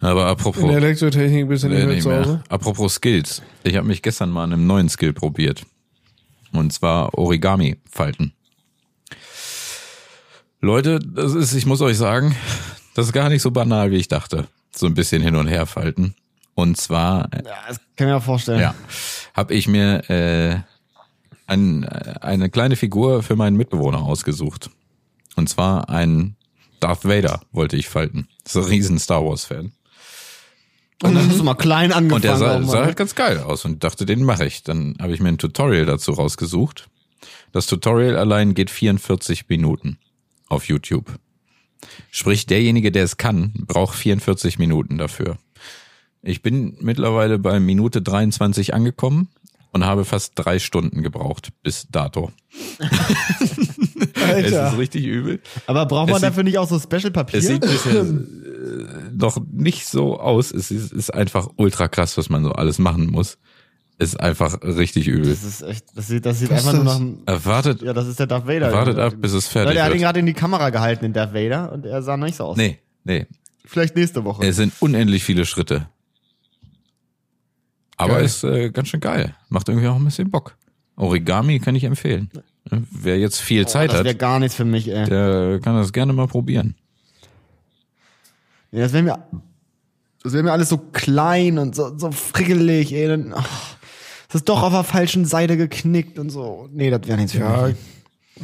S2: Aber
S1: In der
S2: apropos,
S1: Elektrotechnik bist du nicht
S2: äh,
S1: mehr
S2: nicht
S1: zu Hause.
S2: mehr. apropos Skills. Ich habe mich gestern mal an einem neuen Skill probiert. Und zwar Origami falten. Leute, das ist, ich muss euch sagen, das ist gar nicht so banal, wie ich dachte. So ein bisschen hin und her falten. Und zwar äh,
S3: Ja, das kann ich mir vorstellen.
S2: Ja. Habe ich mir äh, ein, äh, eine kleine Figur für meinen Mitbewohner ausgesucht. Und zwar einen Darth Vader wollte ich falten. Das ist ein riesen Star Wars-Fan.
S3: Und dann hast du mal klein angefangen.
S2: Und der sah,
S3: auch mal.
S2: sah halt ganz geil aus und dachte, den mache ich. Dann habe ich mir ein Tutorial dazu rausgesucht. Das Tutorial allein geht 44 Minuten auf YouTube. Sprich, derjenige, der es kann, braucht 44 Minuten dafür. Ich bin mittlerweile bei Minute 23 angekommen und habe fast drei Stunden gebraucht bis dato. Es ist
S1: Alter.
S2: richtig übel.
S3: Aber braucht
S2: Es
S3: man
S2: sieht-
S3: dafür nicht auch so Special-Papier?
S2: Es sieht bisher äh, noch nicht so aus. Es ist, ist einfach ultra krass, was man so alles machen muss. Ist einfach richtig übel.
S3: Das ist echt, das sieht, das sieht
S1: Was
S3: einfach
S1: ist
S3: nur nach
S1: das?
S3: einem,
S2: Erwartet,
S3: ja, das ist der Darth Vader.
S2: Äh, wartet ab, bis es
S3: Weil
S2: fertig
S3: der hat ihn
S2: wird.
S3: gerade in die Kamera gehalten, in Darth Vader, und er sah nicht so aus.
S2: Nee, nee.
S3: Vielleicht nächste Woche.
S2: Es sind unendlich viele Schritte. Aber
S1: Geil.
S2: ist äh, ganz schön geil. Macht irgendwie auch ein bisschen Bock. Origami kann ich empfehlen. Wer jetzt viel Zeit
S3: Oh, das wäre
S2: hat,
S3: gar nichts für mich, ey.
S2: der kann das gerne mal probieren.
S3: Nee, das wäre mir, das wäre mir alles so klein und so, so frickelig, ey. Dann, ach, das ist doch auf der falschen Seite geknickt und so. Nee, das wäre nichts für
S1: Ja,
S3: mich.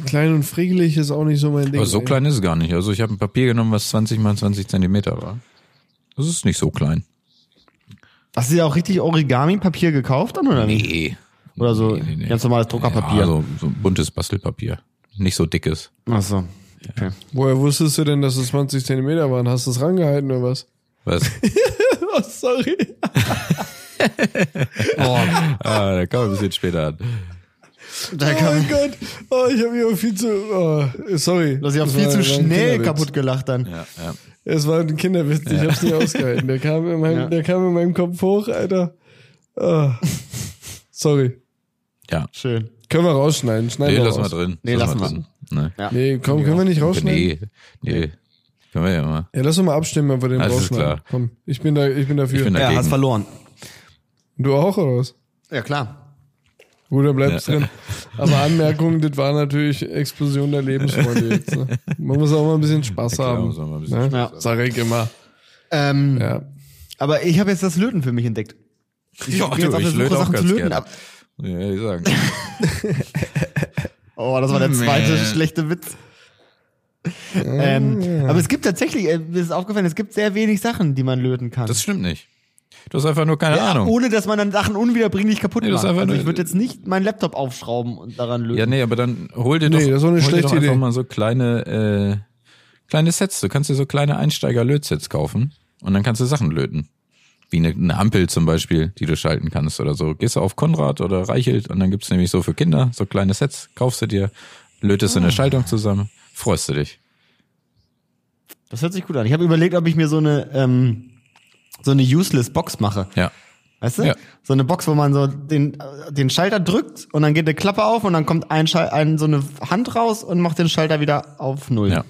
S1: klein und friegelig ist auch nicht so mein Ding.
S2: Aber so
S1: ey.
S2: klein ist es gar nicht. Also ich habe ein Papier genommen, was 20 mal 20 Zentimeter war. Das ist nicht so klein.
S3: Hast du dir auch richtig Origami-Papier gekauft dann, oder nicht?
S2: Nee.
S3: Oder so ganz normales Druckerpapier.
S2: Ja, also- so, so buntes Bastelpapier. Nicht so dickes.
S3: Ach so. Okay.
S1: Woher wusstest du denn, dass es 20 Zentimeter waren? Hast du es rangehalten oder was?
S2: Was?
S1: Oh, sorry.
S2: ah, da kam ein bisschen später an.
S3: Da
S1: Oh
S3: kann
S1: mein Gott. Oh, ich habe mich auch viel zu. Oh, sorry.
S3: Du hast dich auch
S1: Das
S3: viel
S1: war- war
S3: zu
S1: ein
S3: schnell
S1: Kinderwitz.
S3: kaputt gelacht dann.
S2: Ja, ja.
S1: Es war ein Kinderwitz, ich hab's nicht ausgehalten. Der kam in meinem,
S3: Ja.
S1: der kam in meinem Kopf hoch, Alter. Ah. Sorry.
S2: ja.
S3: Schön.
S1: Können wir rausschneiden? Schneiden
S2: Nee,
S1: wir
S2: lass mal
S1: raus.
S2: drin. eh-
S3: Nee, lass mal.
S2: drin. Nee.
S3: Ja.
S1: Nee, komm, können wir nicht rausschneiden?
S2: Nee, nee. Können wir ja mal.
S1: Ja, lass uns mal abstimmen, ob wir den
S2: Alles
S1: rausschneiden.
S2: klar.
S1: Komm, ich bin, da, ich bin dafür.
S2: Ich bin
S3: Ja,
S2: dagegen.
S3: hast verloren.
S1: du auch oder was?
S3: Ja, klar.
S1: Gut, dann bleibst
S2: Ja.
S1: drin. Aber Anmerkung, das war natürlich Explosion der Lebensfreude jetzt. Ne? Man muss auch mal ein bisschen Spaß
S2: klar,
S1: haben.
S2: muss man mal ein bisschen
S1: ne?
S3: Spaß haben.
S1: Sag ich immer.
S3: Ähm,
S1: Ja.
S3: Aber ich habe jetzt das Löten für mich entdeckt.
S2: Ja,
S3: bin jetzt auf der Suche, Sachen zu löten, aber-
S2: Ja, ich sagen.
S3: Oh, das war der zweite
S2: Nee.
S3: schlechte Witz. Ähm, aber es gibt tatsächlich, äh, mir ist aufgefallen, es gibt sehr wenig Sachen, die man löten kann.
S2: Das stimmt nicht. Du hast einfach nur keine
S3: Ja,
S2: Ahnung.
S3: Ohne, dass man dann Sachen unwiederbringlich kaputt
S2: Nee, das
S3: macht.
S2: ist einfach
S3: Also
S2: nur-
S3: ich würde jetzt nicht meinen Laptop aufschrauben und daran löten.
S2: Ja, nee, aber dann hol dir
S1: Nee,
S2: doch,
S1: das ist auch eine
S2: hol dir
S1: schlechte
S2: doch einfach
S1: Idee.
S2: mal so kleine, äh, kleine Sets. Du kannst dir so kleine Einsteiger-Lötsets kaufen und dann kannst du Sachen löten. Wie eine, eine Ampel zum Beispiel, die du schalten kannst oder so. Gehst du auf Konrad oder Reichelt und dann gibt's nämlich so für Kinder so kleine Sets, kaufst du dir, lötest du
S1: Ah.
S2: eine Schaltung zusammen, freust du dich.
S3: Das hört sich gut an. Ich habe überlegt, ob ich mir so eine, ähm, so eine useless Box mache.
S2: Ja.
S3: Weißt du?
S2: Ja.
S3: So eine Box, wo man so den, äh, den Schalter drückt und dann geht eine Klappe auf und dann kommt ein, Schal ein so eine Hand raus und macht den Schalter wieder auf Null.
S2: Ja.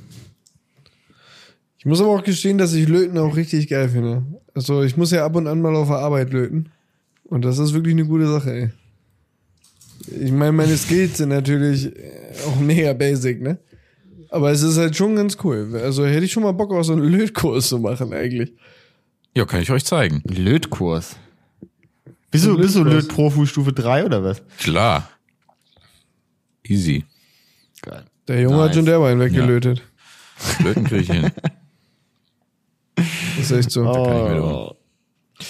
S1: Ich muss aber auch gestehen, dass ich Löten auch richtig geil finde. Also ich muss ja ab und an mal auf der Arbeit löten. Und das ist wirklich eine gute Sache, ey. Ich meine, meine Skills sind natürlich äh, auch mega basic, ne? Aber es ist halt schon ganz cool. Also hätte ich schon mal Bock auf so einen Lötkurs zu machen eigentlich.
S2: Ja, kann ich euch zeigen.
S3: Lötkurs. Bist du, bist du
S1: Lötkurs.
S3: Lötprofi Stufe 3 oder was?
S2: Klar. Easy.
S3: Geil.
S1: Der Junge hat
S3: Nice.
S1: schon derweil weggelötet.
S2: Löten krieg ich hin.
S1: Ist echt so.
S2: ich mir
S3: Oh.
S2: doch-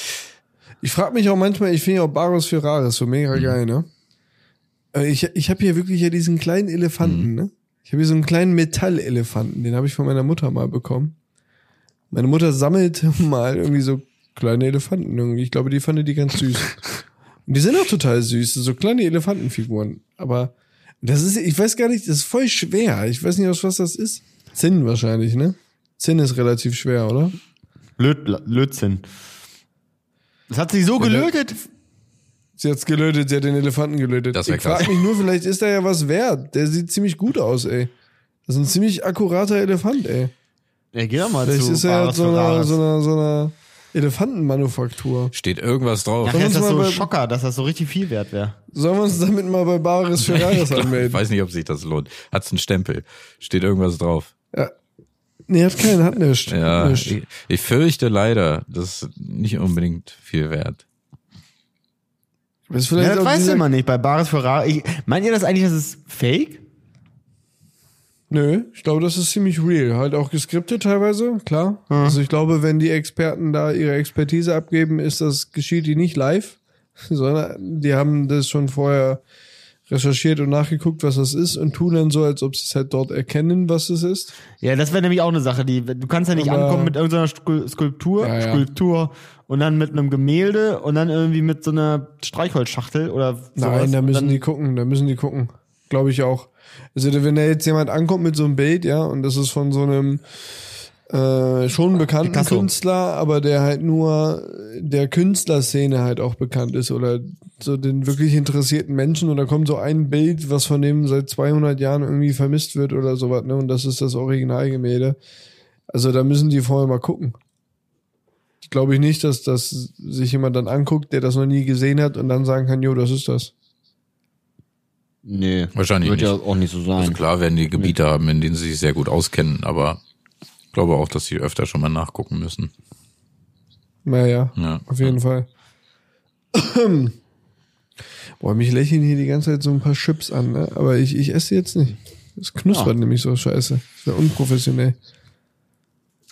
S1: Ich frage mich auch manchmal, ich finde ja auch Bares für Rares so mega geil, ne? Äh, Ich, ich habe hier wirklich ja diesen kleinen Elefanten, ne? Ich habe hier so einen kleinen Metallelefanten, den habe ich von meiner Mutter mal bekommen. Meine Mutter sammelte mal irgendwie so kleine Elefanten irgendwie. Ich glaube, die fand die ganz süß. Und die sind auch total süß, so kleine Elefantenfiguren. Aber das ist, ich weiß gar nicht, das ist voll schwer. Ich weiß nicht, aus was das ist. Zinn wahrscheinlich, ne? Zinn ist relativ schwer, oder?
S3: Löt, Lötzinn. Das hat sich so gelötet.
S1: Sie hat's gelötet, sie hat den Elefanten gelötet.
S2: Das wär
S1: ich frage
S2: krass.
S1: mich nur, vielleicht ist da ja was wert. Der sieht ziemlich gut aus, ey. Das ist ein ziemlich akkurater Elefant, ey.
S3: Ja, geh doch mal
S1: Vielleicht
S3: zu
S1: ist er ja
S3: Bares
S1: so einer,
S3: Ferraris.
S1: so einer, so einer Elefantenmanufaktur.
S2: Steht irgendwas drauf.
S3: Nachher ist das
S1: Sollen wir
S3: so
S1: uns mal
S3: ein
S1: bei-
S3: Schocker, dass das so richtig viel wert wäre.
S1: Sollen wir uns damit mal bei Bares Ferraris
S2: Ich
S1: anmelden?
S2: weiß nicht, ob sich das lohnt. Hat's einen Stempel. Steht irgendwas drauf.
S1: Nee, hat keinen, hat nichts.
S2: Ja,
S1: Nichts.
S2: ich, ich fürchte leider, das ist nicht unbedingt viel wert.
S1: Ist vielleicht
S3: Ja, das
S1: auch
S3: weiß
S1: dieser-
S3: ich immer nicht. Bei Bares Ferrari. Ich, meint ihr das eigentlich, das ist fake?
S1: Nö, ich glaube, das ist ziemlich real. Halt auch geskriptet teilweise, klar. Also ich glaube, wenn die Experten da ihre Expertise abgeben, ist das, geschieht die nicht live, sondern die haben das schon vorher recherchiert und nachgeguckt, was das ist und tun dann so, als ob sie es halt dort erkennen, was es ist.
S3: Ja, das wäre nämlich auch eine Sache, die du kannst ja nicht
S1: Aber-
S3: ankommen mit irgendeiner Skul- Skulptur,
S1: Ja, ja.
S3: Skulptur und dann mit einem Gemälde und dann irgendwie mit so einer Streichholzschachtel oder sowas.
S1: Nein, da
S3: Und
S1: müssen
S3: dann,
S1: die gucken, da müssen die gucken. Glaube ich auch. Also wenn da jetzt jemand ankommt mit so einem Bild, ja, und das ist von so einem äh, schon bekannten
S3: Ah, Picasso.
S1: Künstler, aber der halt nur der Künstlerszene halt auch bekannt ist oder so den wirklich interessierten Menschen und da kommt so ein Bild, was von dem seit 200 Jahren irgendwie vermisst wird oder sowas, ne, und das ist das Originalgemälde. Also da müssen die vorher mal gucken. Ich glaube ich nicht, dass das sich jemand dann anguckt, der das noch nie gesehen hat und dann sagen kann, jo, das ist das.
S3: Nee,
S2: Wahrscheinlich
S3: wird ja
S2: nicht.
S3: auch nicht so sein.
S2: Also klar werden die Gebiete haben, in denen sie sich sehr gut auskennen, aber ich glaube auch, dass sie öfter schon mal nachgucken müssen.
S1: Naja,
S2: Ja.
S1: auf
S3: Also
S1: jeden Fall. Boah, mich lächeln hier die ganze Zeit so ein paar Chips an, ne? aber ich, ich esse die jetzt nicht. Es knuspert nämlich so scheiße. Ist ja unprofessionell.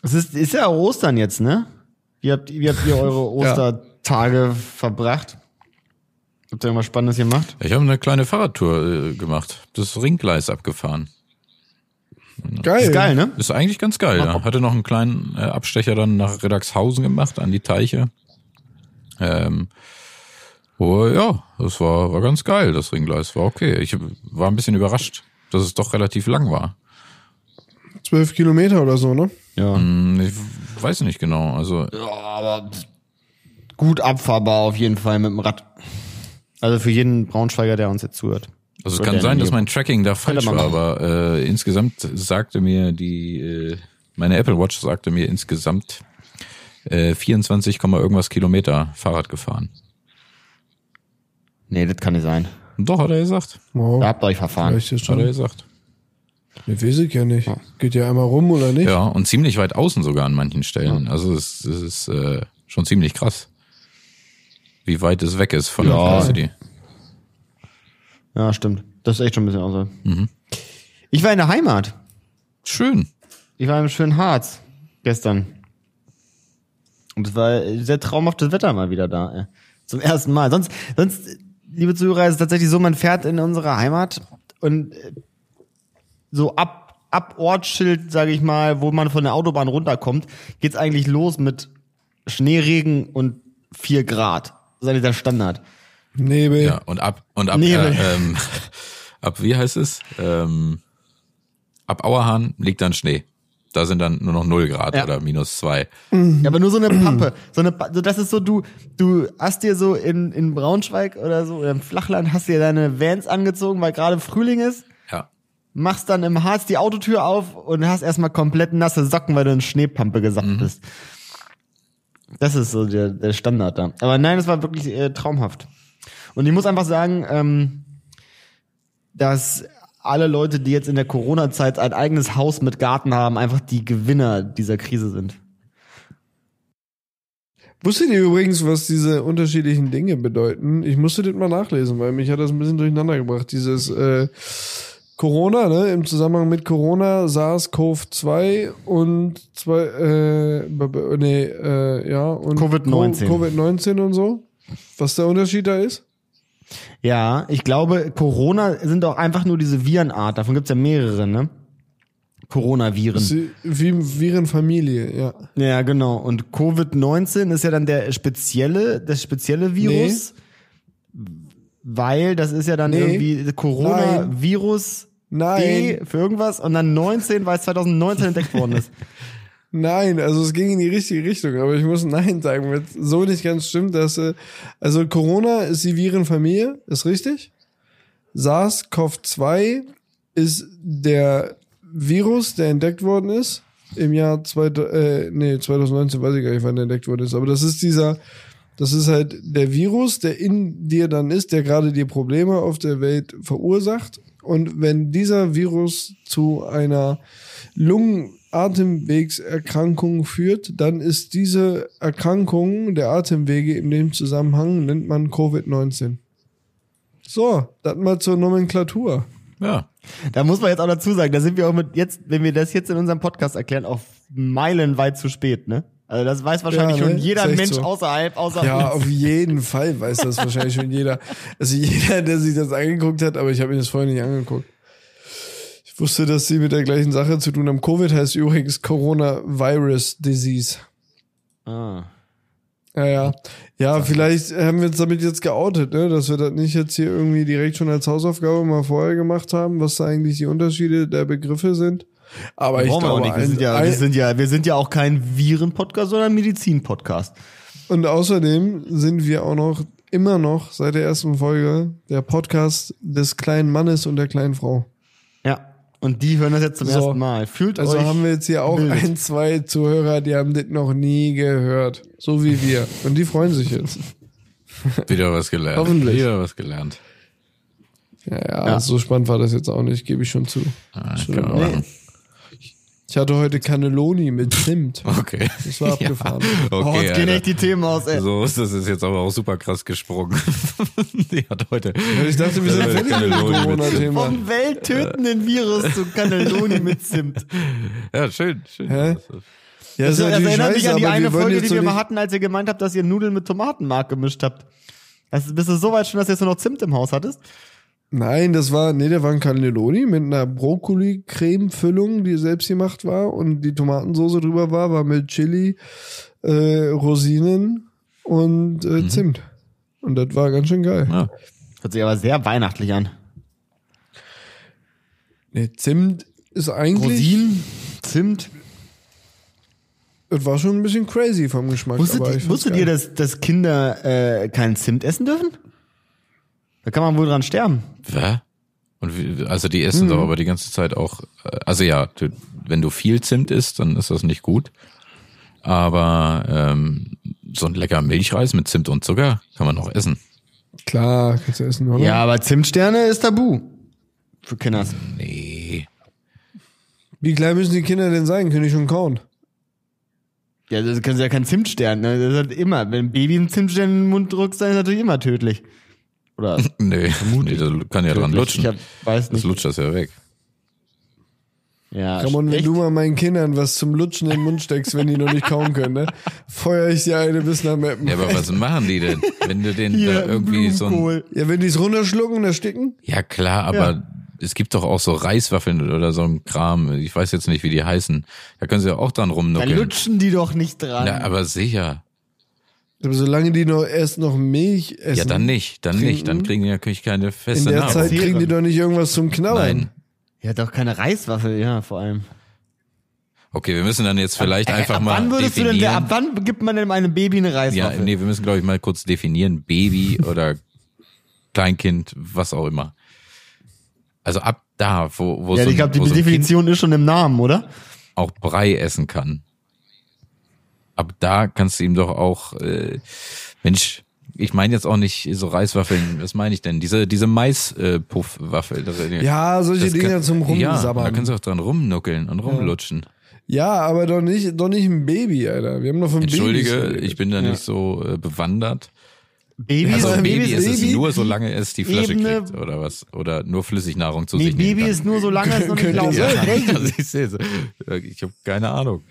S3: Es ist, ist ja Ostern jetzt, ne? Wie habt, wie habt ihr eure Ostertage verbracht? Habt ihr irgendwas Spannendes gemacht?
S2: Ich habe eine kleine Fahrradtour äh, gemacht. Das Ringgleis abgefahren.
S1: Geil.
S3: Ist geil, ne?
S2: Ist eigentlich ganz geil. Ja. Hatte noch einen kleinen äh, Abstecher dann nach Redaxhausen gemacht, an die Teiche. Ähm, oh, ja, das war, war ganz geil, das Ringgleis. War okay. Ich war ein bisschen überrascht, dass es doch relativ lang war.
S1: Zwölf Kilometer oder so, ne?
S3: Ja.
S2: Hm, Ich weiß nicht genau. Also
S3: ja. Aber gut abfahrbar auf jeden Fall mit dem Rad. Also für jeden Braunschweiger, der uns jetzt zuhört.
S2: Also es
S3: Oder
S2: kann
S3: der
S2: sein, dass
S3: Nähe.
S2: mein Tracking da falsch
S3: man
S2: war, aber äh, insgesamt sagte mir die, äh, meine Apple Watch sagte mir insgesamt äh, 24, Komma irgendwas Kilometer Fahrrad gefahren.
S3: Nee, das kann nicht sein.
S2: Doch, hat er gesagt.
S1: Wow.
S3: Da habt ihr euch verfahren.
S1: Reicht jetzt
S2: Hat er
S1: schon.
S2: gesagt.
S1: Ne, weiß ich ja nicht. Geht ja einmal rum oder nicht?
S2: Ja, und ziemlich weit außen sogar an manchen Stellen. Also es, es ist äh, schon ziemlich krass, wie weit es weg ist von
S3: Ja.
S2: der City.
S3: Ja, stimmt. Das ist echt schon ein bisschen außer. Ich war in der Heimat.
S2: Schön.
S3: Ich war im schönen Harz gestern. Und es war äh, sehr traumhaftes Wetter mal wieder da. Ey. Zum ersten Mal. Sonst, sonst, äh, liebe Zuhörer, ist es tatsächlich so, man fährt in unsere Heimat und äh, so ab, ab Ortsschild, sage ich mal, wo man von der Autobahn runterkommt, geht's eigentlich los mit Schneeregen und 4 Grad. Das ist eigentlich der Standard.
S1: Nebel.
S2: Ja, und ab, und ab,
S3: Nebel.
S2: äh, ähm, ab wie heißt es? Ähm, ab Auerhahn liegt dann Schnee. Da sind dann nur noch 0 Grad
S3: Ja.
S2: oder minus 2.
S3: Ja, aber nur so eine Pampe. So eine, Pa- so das ist so, du, du hast dir so in, in Braunschweig oder so, oder im Flachland hast dir deine Vans angezogen, weil gerade Frühling ist,
S2: Ja.
S3: machst dann im Harz die Autotür auf und hast erstmal komplett nasse Socken, weil du in Schneepampe gesackt bist. Das ist so der, der Standard da. Aber nein, es war wirklich äh, traumhaft. Und ich muss einfach sagen, ähm, dass alle Leute, die jetzt in der Corona-Zeit ein eigenes Haus mit Garten haben, einfach die Gewinner dieser Krise sind.
S1: Wusstet ihr übrigens, was diese unterschiedlichen Dinge bedeuten? Ich musste das mal nachlesen, weil mich hat das ein bisschen durcheinander gebracht. Dieses äh, Corona, ne? Im Zusammenhang mit Corona, SARS-CoV-2 und zwei, äh, b- b- nee, äh, ja, und
S3: Covid-19.
S1: Co- Covid-19 und so. Was der Unterschied da ist?
S3: Ja, ich glaube, Corona sind auch einfach nur diese Virenart. Davon gibt's ja mehrere, ne?
S1: Das
S3: Coronaviren.
S1: ist Wie Virenfamilie, ja.
S3: Ja, genau. Und Covid-19 ist ja dann der spezielle, das spezielle Virus, weil das ist ja dann
S1: Nee.
S3: irgendwie Coronavirus
S1: Nein.
S3: D für irgendwas und dann 19, weil es 2019 entdeckt worden ist.
S1: Nein, also es ging in die richtige Richtung, aber ich muss Nein sagen, weil es so nicht ganz stimmt, dass äh, also Corona ist die Virenfamilie, ist richtig. SARS-CoV-2 ist der Virus, der entdeckt worden ist im Jahr zwei, äh, nee, 2019, weiß ich gar nicht, wann der entdeckt worden ist, aber das ist dieser, das ist halt der Virus, der in dir dann ist, der gerade dir Probleme auf der Welt verursacht. Und wenn dieser Virus zu einer Lungenatemwegserkrankung führt, dann ist diese Erkrankung der Atemwege in dem Zusammenhang nennt man Covid-19. So, das mal zur Nomenklatur.
S2: Ja.
S3: Da muss man jetzt auch dazu sagen, da sind wir auch mit jetzt, wenn wir das jetzt in unserem Podcast erklären, auch meilenweit zu spät, ne? Also das weiß wahrscheinlich
S1: Ja, ne?
S3: schon jeder
S1: Ist echt
S3: Mensch
S1: so.
S3: außerhalb, außer
S1: Ja,
S3: ja,
S1: auf jeden Fall weiß das wahrscheinlich schon jeder. Also jeder, der sich das angeguckt hat, aber ich habe mir das vorher nicht angeguckt. Ich wusste, dass sie mit der gleichen Sache zu tun haben. Covid heißt übrigens Coronavirus Disease.
S3: ah.
S1: Ja, ja. Ja, vielleicht haben wir uns damit jetzt geoutet, ne? dass wir das nicht jetzt hier irgendwie direkt schon als Hausaufgabe mal vorher gemacht haben, was da eigentlich die Unterschiede der Begriffe sind. Aber ich
S3: Brauchen wir auch
S1: glaube,
S3: nicht. Wir sind,
S1: ein-
S3: ja, wir,
S1: ein,
S3: sind ja, wir sind ja auch kein Viren-Podcast, sondern Medizin-Podcast.
S1: Und außerdem sind wir auch noch immer noch seit der ersten Folge der Podcast des kleinen Mannes und der kleinen Frau.
S3: Ja. Und die hören das jetzt zum
S1: So.
S3: ersten Mal. Fühlt
S1: Also
S3: euch.
S1: haben wir jetzt hier auch
S3: gebildet.
S1: ein, zwei Zuhörer, die haben das noch nie gehört. So wie wir. Und die freuen sich jetzt.
S2: Wieder was gelernt.
S1: Hoffentlich.
S2: Wieder was gelernt.
S1: Ja, ja, so spannend war das jetzt auch nicht, gebe ich schon zu.
S2: Ah,
S1: Schon-
S2: kann man machen.
S1: Ich hatte heute Cannelloni mit Zimt.
S2: Okay.
S1: Das war abgefahren.
S3: oh,
S2: Okay,
S3: jetzt gehen
S2: Alter.
S3: echt die Themen aus, ey.
S2: So ist das ist jetzt aber auch super krass gesprungen. Die hat heute.
S1: Ich dachte, wir sind
S2: Äh,
S1: fertig mit dem
S2: Cannelloni mit Zimt.
S1: Corona-Thema.
S3: Vom welttötenden Virus zu Cannelloni mit Zimt.
S2: Ja, schön, schön.
S1: Hä? Ja,
S3: Das,
S1: ist natürlich
S3: erinnert mich an die
S1: aber
S3: eine
S1: wir wollen
S3: Folge,
S1: jetzt
S3: die
S1: so
S3: wir mal
S1: nicht-
S3: hatten, als ihr gemeint habt, dass ihr Nudeln mit Tomatenmark gemischt habt. Das ist, bist du so weit schon, dass du jetzt nur noch Zimt im Haus hattest?
S1: Nein, das war, nee, der war ein Cannelloni mit einer Brokkoli-Creme-Füllung, die selbst gemacht war und die Tomatensoße drüber war, war mit Chili, äh, Rosinen und
S3: Mhm.
S1: äh, Zimt. Und das war ganz schön geil.
S2: Ja.
S3: Hört sich aber sehr weihnachtlich an.
S1: Nee, Zimt ist eigentlich,
S3: Rosinen, Zimt.
S1: das war schon ein bisschen crazy vom Geschmack.
S3: Wusstet,
S1: aber ich
S3: ihr-
S1: fand's
S3: wusstet
S1: geil.
S3: ihr, dass, dass Kinder äh, keinen Zimt essen dürfen? Da kann man wohl dran sterben.
S2: Hä? Und wie, also die
S1: Hm.
S2: essen doch aber die ganze Zeit auch. äh, Also ja, du, wenn du viel Zimt isst, dann ist das nicht gut. Aber ähm, so ein leckerer Milchreis mit Zimt und Zucker kann man noch essen.
S1: Klar, kannst du essen, oder?
S3: Ja, aber Zimtsterne ist tabu. Für Kinder.
S2: Nee.
S1: Wie klein müssen die Kinder denn sein? Können die schon kauen?
S3: Ja, das können sie ja keinen Zimtstern. Ne? Das ist halt immer, wenn ein Baby einen Zimtstern in den Mund drückst, dann ist das natürlich immer tödlich. Oder
S2: Nee, nee das kann ja dran
S3: tödlich.
S2: lutschen.
S3: Ich hab, weiß
S2: das
S3: nicht.
S2: lutscht das ja weg.
S3: Ja,
S1: Ramon, wenn
S3: echt?
S1: du mal meinen Kindern was zum Lutschen in den Mund steckst, wenn die noch nicht kauen können, ne? Feuer ich dir eine bis nach Meppen.
S2: Ja, aber was machen die denn? Wenn du den
S3: Hier,
S2: da irgendwie so ein,
S3: Blumenkohl.
S1: Ja, wenn die es runterschlucken und ersticken?
S2: Ja, klar, aber
S3: Ja.
S2: es gibt doch auch so Reiswaffeln oder so ein Kram. Ich weiß jetzt nicht, wie die heißen. Da können sie ja auch dran
S3: Dann
S2: rumnuckeln.
S3: lutschen die doch nicht dran.
S2: Na, aber sicher.
S1: Aber solange die noch erst noch Milch essen,
S2: Ja, dann nicht, dann nicht.
S3: Hm?
S2: Dann kriegen die natürlich keine
S1: in
S2: feste
S1: der
S2: Nahrung.
S1: Zeit kriegen die doch nicht irgendwas zum Knabbern.
S2: Nein.
S3: ja, doch keine Reiswaffel, ja, vor allem.
S2: Okay, wir müssen dann jetzt vielleicht
S3: Ey,
S2: einfach
S3: ab
S2: mal
S3: wann würdest
S2: definieren.
S3: du denn, ab wann gibt man denn einem Baby eine
S2: ja,
S3: Reiswaffel?
S2: nee, wir müssen, glaube ich, mal kurz definieren. Baby oder Kleinkind, was auch immer. Also ab da, wo, wo
S3: ja,
S2: so ein,
S3: ich glaube, die
S2: wo so ein kind
S3: Definition ist schon im Namen, oder?
S2: auch Brei essen kann. Ab da kannst du ihm doch auch, äh, Mensch, ich meine jetzt auch nicht so Reiswaffeln, was meine ich denn? Diese, diese äh, Mais-Puff-Waffel.
S1: Ja, solche Dinger zum Rumsabbern.
S2: Ja, da kannst du auch dran rumnuckeln und rumlutschen.
S1: Ja, aber doch nicht, doch nicht ein Baby, Alter. Wir haben doch von
S2: Entschuldige,
S1: Babys
S2: ich bin da nicht so äh, bewandert.
S3: Baby,
S2: Also
S1: ein
S2: Baby,
S1: Baby-
S2: ist es
S1: Baby-
S2: nur, solange es die Flasche
S3: Ebene-
S2: kriegt oder was. Oder nur Flüssignahrung zu
S3: nee,
S2: sich nehmen
S3: Baby
S2: kann.
S3: ist nur so lange, es noch nicht
S1: Könnt ihr
S3: laufen
S2: ja,
S3: kann.
S2: also ich sehe so. Ich habe keine Ahnung.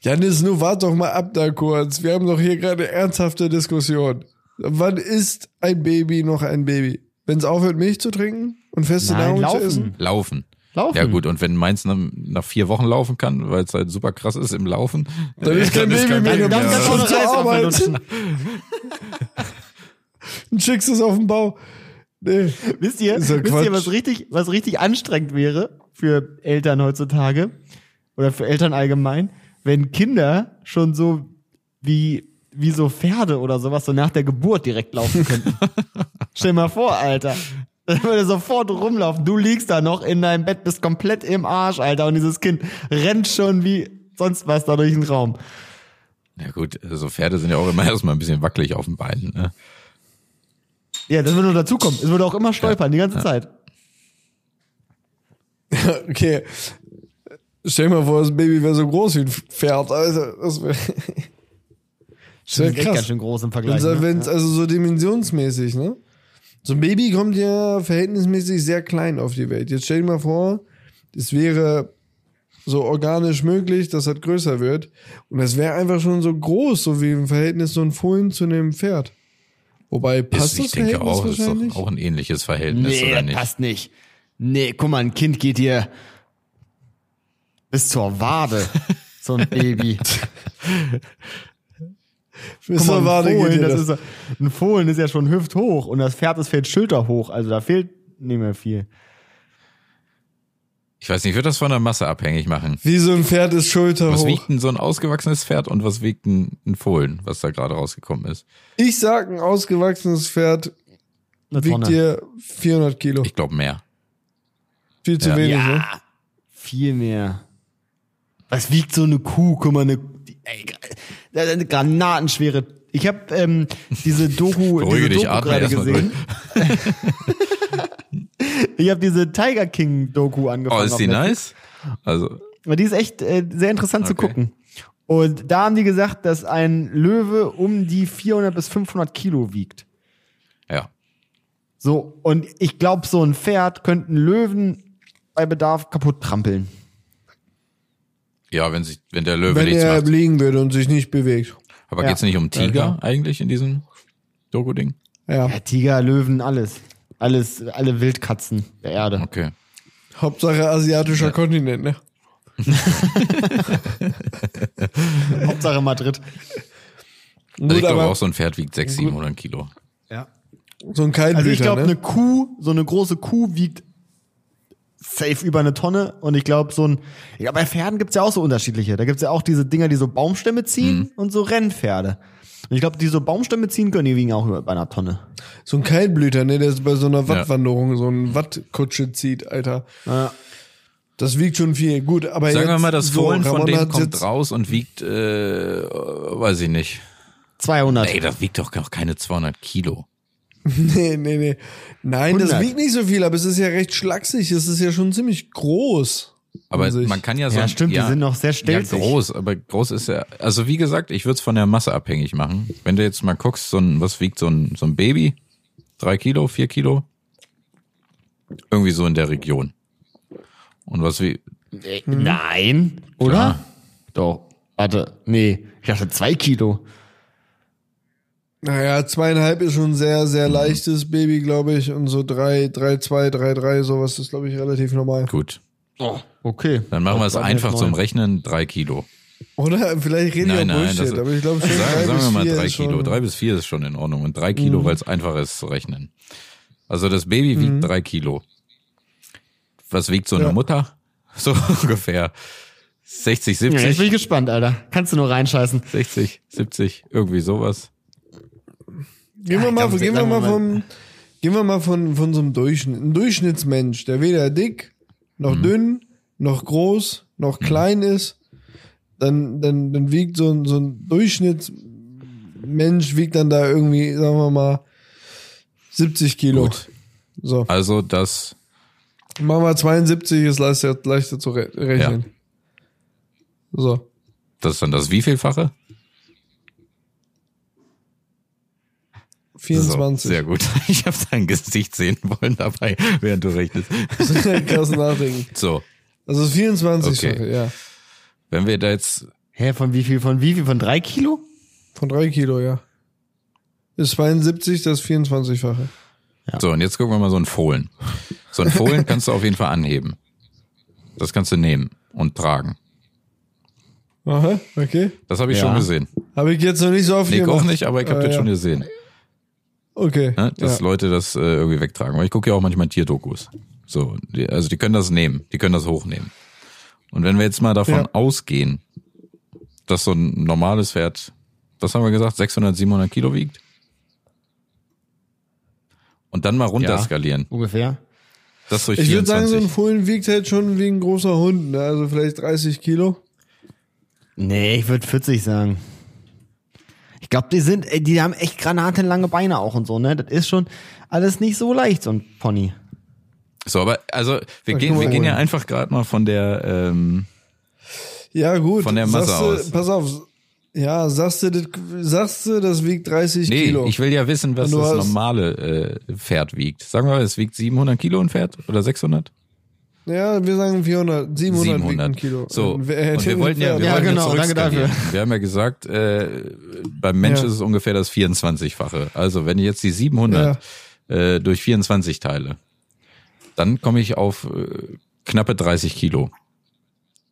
S1: Janis, nur wart doch mal ab da kurz. Wir haben doch hier gerade ernsthafte Diskussion. Wann ist ein Baby noch ein Baby? Wenn es aufhört, Milch zu trinken und feste
S3: Nein,
S1: Nahrung zu
S3: laufen.
S1: essen?
S2: Laufen.
S3: Laufen.
S2: Ja gut, und wenn Mainz nach, nach vier Wochen laufen kann, weil es halt super krass ist im Laufen, äh,
S1: Dann ist kein Baby mehr, dann
S2: Baby
S3: Dann
S2: mehr.
S1: kannst du
S3: kannst du
S1: schon
S3: einen
S1: zur
S3: Reis
S1: Arbeit.
S3: aufbenutzen.
S1: Dann schickst du es auf den Bau. Nee.
S3: Wisst ihr,
S1: Ist ja
S3: wisst ihr
S1: Quatsch.
S3: was, richtig, was richtig anstrengend wäre für Eltern heutzutage oder für Eltern allgemein, wenn Kinder schon so wie, wie so Pferde oder sowas so nach der Geburt direkt laufen könnten. Stell dir mal vor, Alter. Dann würde sofort rumlaufen. Du liegst da noch in deinem Bett, bist komplett im Arsch, Alter. Und dieses Kind rennt schon wie sonst was da durch den Raum.
S2: Ja gut, so Pferde sind ja auch immer erstmal ein bisschen wackelig auf den Beinen. Ne?
S3: Ja, das würde nur dazukommen. Es würde auch immer stolpern, die ganze Zeit.
S1: Okay. Stell dir mal vor, das Baby wäre so groß wie ein Pferd. Also, das wäre wär
S3: echt ganz
S1: krass.
S3: schön groß im Vergleich.
S1: Wenn's,
S3: Ne?
S1: wenn's, also so dimensionsmäßig, ne? So ein Baby kommt ja verhältnismäßig sehr klein auf die Welt. Jetzt stell dir mal vor, es wäre so organisch möglich, dass das größer wird. Und es wäre einfach schon so groß, so wie im Verhältnis so ein Fohlen zu einem Pferd. Wobei passt
S2: Ist, ich
S1: das Verhältnis
S2: denke auch, ist
S1: wahrscheinlich?
S2: doch auch ein ähnliches Verhältnis,
S3: nee,
S2: oder
S3: das
S2: nicht?
S3: passt nicht. Nee, guck mal, ein Kind geht hier bis zur Wade. So ein Baby.
S1: Bis zur Wade
S3: ein,
S1: geht
S3: Fohlen,
S1: dir
S3: das
S1: das.
S3: ist, ja- ein Fohlen ist ja schon hüfthoch und das Pferd ist fällt schulterhoch. Also da fehlt nicht mehr viel.
S2: Ich weiß nicht, wird das von der Masse abhängig machen?
S1: Wie so ein Pferd ist Schulter
S2: Was
S1: hoch.
S2: wiegt denn so ein ausgewachsenes Pferd und was wiegt ein, ein Fohlen, was da gerade rausgekommen ist?
S1: Ich sag, ein ausgewachsenes Pferd
S3: Eine
S1: wiegt dir 400 Kilo.
S2: Ich glaube mehr.
S1: Viel zu
S2: Ja.
S1: wenig, ne?
S3: ja, viel mehr. Was wiegt so eine Kuh? Guck mal, eine, die- ey, das ist eine granatenschwere. Ich habe ähm, diese Doku, diese
S2: Beruhige dich,
S3: Doku
S2: atme
S3: gerade
S2: erstmal
S3: gesehen. ich habe diese Tiger King Doku angefangen.
S2: Oh, ist
S3: auf
S2: die
S3: Netflix.
S2: nice? Also,
S3: Aber die ist echt äh, sehr interessant zu
S2: Okay.
S3: gucken. Und da haben die gesagt, dass ein Löwe um die 400 bis 500 Kilo wiegt.
S2: ja.
S3: So, und ich glaube, so ein Pferd könnten Löwen bei Bedarf kaputt trampeln.
S2: Ja, wenn sich, wenn der Löwe
S1: Wenn
S2: nichts
S1: er
S2: macht.
S1: liegen würde und sich nicht bewegt.
S2: Aber
S3: Ja.
S2: geht's nicht um Tiger eigentlich in diesem Doku-Ding?
S1: Ja.
S3: Ja, Tiger, Löwen, alles. Alles, alle Wildkatzen der Erde.
S2: Okay.
S1: Hauptsache asiatischer Kontinent, ne?
S3: Hauptsache Madrid.
S2: Also
S1: Gut,
S2: ich glaube
S1: aber
S2: auch so ein Pferd wiegt 600, 700 Kilo.
S3: Ja.
S1: so ein Kaltblüter,
S3: Also ich glaube,
S1: ne?
S3: eine Kuh, so eine große Kuh wiegt safe über eine Tonne. Und ich glaube, so ein. Ja, bei Pferden gibt's ja auch so unterschiedliche. Da gibt's ja auch diese Dinger, die so Baumstämme ziehen
S2: Mhm.
S3: und so Rennpferde. Und ich glaube, die so Baumstämme ziehen können, die wiegen auch über bei einer Tonne.
S1: So ein Kaltblüter, ne? Der ist bei so einer Wattwanderung, so ein Wattkutsche zieht, Alter.
S3: Ja.
S1: Das wiegt schon viel. Gut, aber
S2: Sagen wir
S1: jetzt
S2: mal, das
S1: so,
S2: Fohlen von
S1: Ramon
S2: dem
S1: hat
S2: kommt
S1: jetzt-
S2: raus und wiegt, äh, weiß ich nicht.
S3: 200.
S2: Ey, das wiegt doch auch keine 200 Kilo.
S1: Nee, nee, nee. Nein, das
S3: 100.
S1: wiegt nicht so viel, aber es ist ja recht schlaksig. Es ist ja schon ziemlich groß.
S2: Aber
S1: an sich.
S2: man kann ja so
S3: ja,
S2: ein-
S3: stimmt, die sind noch sehr
S2: ja,
S3: stelzig.
S2: groß, aber groß ist ja, also wie gesagt, ich würde es von der Masse abhängig machen. Wenn du jetzt mal guckst, so ein, was wiegt so ein, so ein Baby? Drei Kilo, vier Kilo? Irgendwie so in der Region. Und was wie,
S3: Äh, Nein, oder?
S2: Klar.
S3: Doch. Warte, nee, ich dachte zwei Kilo.
S1: Naja, zweieinhalb ist schon sehr, sehr
S2: Mhm.
S1: leichtes Baby, glaube ich. Und so drei, drei, zwei, drei, drei, sowas ist, glaube ich, relativ normal.
S2: gut,
S3: Oh, okay.
S2: dann machen wir es
S3: waren jetzt
S2: einfach zum
S3: neun.
S2: Rechnen, drei Kilo.
S1: Oder vielleicht reden wir
S2: Nein, nein,
S1: Bullshit,
S2: das-
S1: aber ich glaube schon. drei
S2: Sagen, sagen
S1: bis
S2: wir mal
S1: vier
S2: drei
S1: ist schon- Mhm.
S2: Kilo. Drei bis vier ist schon in Ordnung. Und drei Kilo, weil es einfach ist zu rechnen. Also das Baby wiegt drei Kilo. Was wiegt so eine
S1: Mhm. Ja.
S2: Mutter? So ungefähr 60,
S3: Ja, jetzt
S2: 70,
S3: bin ich gespannt, Alter. Kannst du nur reinscheißen.
S2: 60, 70, irgendwie sowas.
S1: Gehen wir
S3: ich
S1: mal,
S3: glaub,
S1: gehen wir
S3: sagen
S1: mal
S3: wir mal-
S1: vom, gehen wir mal von, von so einem Durchschnitt, ein Durchschnittsmensch, der weder dick,
S2: Mhm.
S1: noch dünn, noch groß, noch klein ist, dann, dann, dann wiegt so ein, so ein Durchschnittsmensch wiegt dann da irgendwie, sagen wir mal, 70 Kilo.
S2: Gut.
S1: So.
S2: Also das,
S1: Machen wir 72, ist leichter, leichter zu re rechnen. So.
S2: das ist dann das wievielfache?
S1: 24.
S2: So, sehr gut. Ich habe dein Gesicht sehen wollen dabei, während du rechnest.
S1: Krass nachdenken.
S2: So,
S1: Also 24,
S2: Okay.
S1: Sache, ja.
S2: wenn wir da jetzt,
S3: Hä, von wie viel? Von wie viel? Von drei Kilo?
S1: Von 3 Kilo, ja. Ist 72 das 24-fache.
S2: so und jetzt gucken wir mal so ein Fohlen. So ein Fohlen kannst du auf jeden Fall anheben. Das kannst du nehmen und tragen.
S1: Aha, okay.
S2: Das habe ich
S3: Ja.
S2: schon gesehen.
S1: Habe ich jetzt noch nicht so oft
S2: Nee,
S1: gemacht.
S2: auch nicht, aber ich habe
S1: Ah,
S2: das
S1: ja.
S2: schon gesehen,
S1: Okay.
S2: ne? dass
S1: ja.
S2: Leute das äh, irgendwie wegtragen. Weil ich gucke ja auch manchmal Tierdokus. So, die, also die können das nehmen, die können das hochnehmen. Und wenn wir jetzt mal davon
S1: Ja.
S2: ausgehen, dass so ein normales Pferd, was haben wir gesagt, 600, 700 Kilo wiegt? Und dann mal runter
S3: Ja.
S2: skalieren.
S3: Ungefähr.
S2: Das durch
S1: Ich würde sagen,
S2: 24.
S1: so ein Fohlen wiegt halt schon wie ein großer Hund, ne? also vielleicht 30 Kilo.
S3: Nee, ich würde 40 sagen. Ich glaube, die sind, ey, die haben echt granatenlange Beine auch und so, ne? Das ist schon alles nicht so leicht, so ein Pony.
S2: So, aber also wir
S1: Da
S2: gehen,
S1: können wir
S2: wir gehen ja
S1: holen.
S2: einfach gerade mal von der ähm,
S1: Ja, gut.
S2: Von der Masse
S1: sagst
S2: aus.
S1: Du, pass auf. Ja, sagst du, das, sagst du, das wiegt 30
S2: Nee,
S1: Kilo.
S2: ich will ja wissen, was
S1: Und du
S2: das
S1: hast-
S2: normale äh, Pferd wiegt. Sagen wir mal, es wiegt 700 Kilo ein Pferd oder 600?
S1: ja, wir sagen 400, 700, wiegt ein
S2: 700.
S1: Kilo. äh,
S2: So, und
S1: wer hätte
S2: wir
S1: ein
S2: wollten ja,
S1: Pferd?
S2: wir
S3: Ja,
S2: wollten
S3: genau,
S2: ja
S3: danke dafür.
S2: zurückskalieren. Wir haben ja gesagt, äh, beim Mensch
S1: Ja.
S2: ist es ungefähr das 24-fache. Also wenn ich jetzt die 700 äh, durch 24 teile, dann komme ich auf äh, knappe 30 Kilo,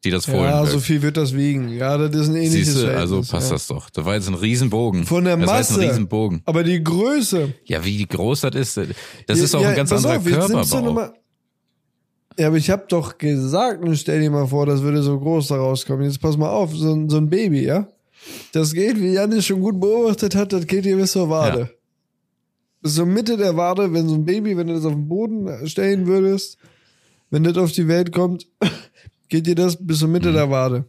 S2: die das Fohlen
S1: ja,
S2: wiegt.
S1: so viel wird das wiegen. Ja, das ist ein ähnliches
S2: Siehst du, also
S1: Verhältnis,
S2: passt
S1: ja.
S2: das doch. Das war jetzt ein Riesenbogen.
S1: Von der
S2: das war jetzt
S1: Masse.
S2: ein Riesenbogen.
S1: Aber die Größe.
S2: Ja, wie groß das ist, äh, das
S1: Ja,
S2: ist auch
S1: ja,
S2: ein ganz
S1: pass
S2: anderer
S1: auf, jetzt nimmst du noch
S2: Körperbau.
S1: mal- Ja, aber ich habe doch gesagt, nun stell dir mal vor, das würde so groß da rauskommen. Jetzt pass mal auf, so, ein- so ein Baby, ja? Das geht, wie Janis schon gut beobachtet hat, das geht hier bis zur Wade.
S2: Ja.
S1: Bis zur Mitte der Wade, wenn so ein Baby, wenn du das auf den Boden stellen würdest, wenn das auf die Welt kommt, geht dir das bis zur Mitte der Wade.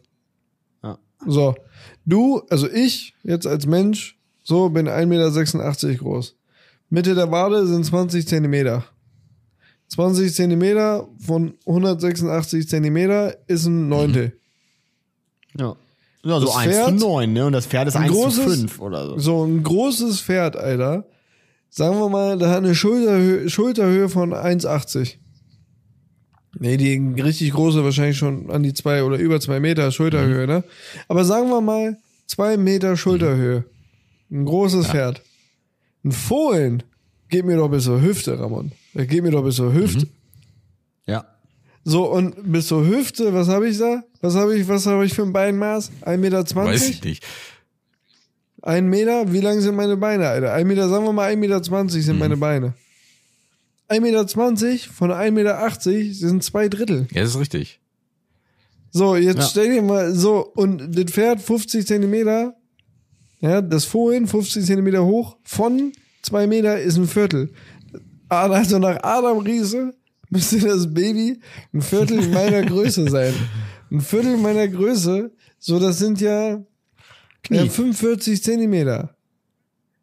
S3: Ja.
S1: So, du, also ich jetzt als Mensch, so bin 1,86 Meter groß. Mitte der Wade sind 20 Zentimeter. 20 Zentimeter von 186 Zentimeter ist ein Neuntel.
S3: Ja. Ja, so
S1: Das
S3: 1 zu
S1: Pferd-
S3: 9, ne? Und das Pferd ist
S1: Ein
S3: 1 zu
S1: großes-
S3: 5 oder so.
S1: So ein großes Pferd, Alter. Sagen wir mal, da hat eine Schulterhö Schulterhöhe von 1,80. Nee, die richtig große wahrscheinlich schon an die zwei oder über zwei Meter Schulterhöhe,
S3: Mhm.
S1: ne? Aber sagen wir mal, zwei Meter Schulterhöhe. Ein großes Pferd. Ein Fohlen geht mir doch bis zur Hüfte, Ramon. Der geht mir doch bis zur
S3: Mhm.
S1: Hüfte.
S3: Ja.
S1: So, und bis zur Hüfte, was habe ich da? Was habe ich, was habe ich für ein Beinmaß? 1,20 Meter?
S2: Weiß ich nicht.
S1: Ein Meter, wie lang sind meine Beine, Alter? Ein Meter, sagen wir mal, 1,20 Meter sind meine Beine. 1,20 Meter von 1,80 Meter sind zwei Drittel.
S2: Ja, das ist richtig.
S1: So, jetzt
S3: Ja.
S1: stell dir mal so, und das Pferd 50 Zentimeter, ja, das Fohlen 50 Zentimeter hoch, von zwei Meter ist ein Viertel. Ah, Also nach Adam Riese müsste das Baby ein Viertel meiner Größe sein. Ein Viertel meiner Größe, so das sind ja, ja 45 Zentimeter.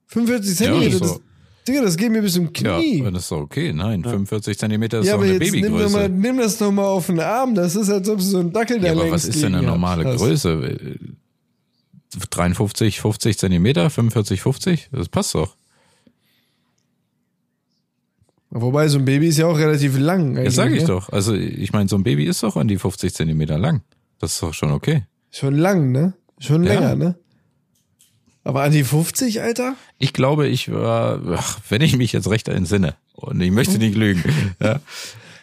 S1: 45
S2: Ja,
S1: Zentimeter,
S2: ist
S1: das,
S2: so.
S1: Digga, das geht mir bis zum
S2: Ja,
S1: Knie.
S2: das ist doch okay. Nein, 45 Zentimeter ist
S1: Ja,
S2: doch
S1: aber
S2: eine
S1: jetzt nimm, doch
S2: Babygröße.
S1: mal, nimm das doch mal auf den Arm. Das ist, als ob du so einen Dackel da
S2: ja, aber
S1: längst
S2: was ist denn eine
S1: liegen
S2: normale
S1: hast.
S2: Größe? Äh, 53, 50 Zentimeter, 45, 50? Das passt doch.
S1: Wobei, so ein Baby ist ja auch relativ lang.
S2: Das
S1: eigentlich,
S2: sage ich
S1: ne?
S2: doch. Also ich meine, so ein Baby ist doch an die 50 Zentimeter lang. Das ist doch schon okay.
S1: Schon lang, ne? Schon
S2: Ja.
S1: länger, ne? Aber an die 50, Alter?
S2: Ich glaube, ich war, ach, wenn ich mich jetzt recht entsinne, und ich möchte nicht lügen, ja,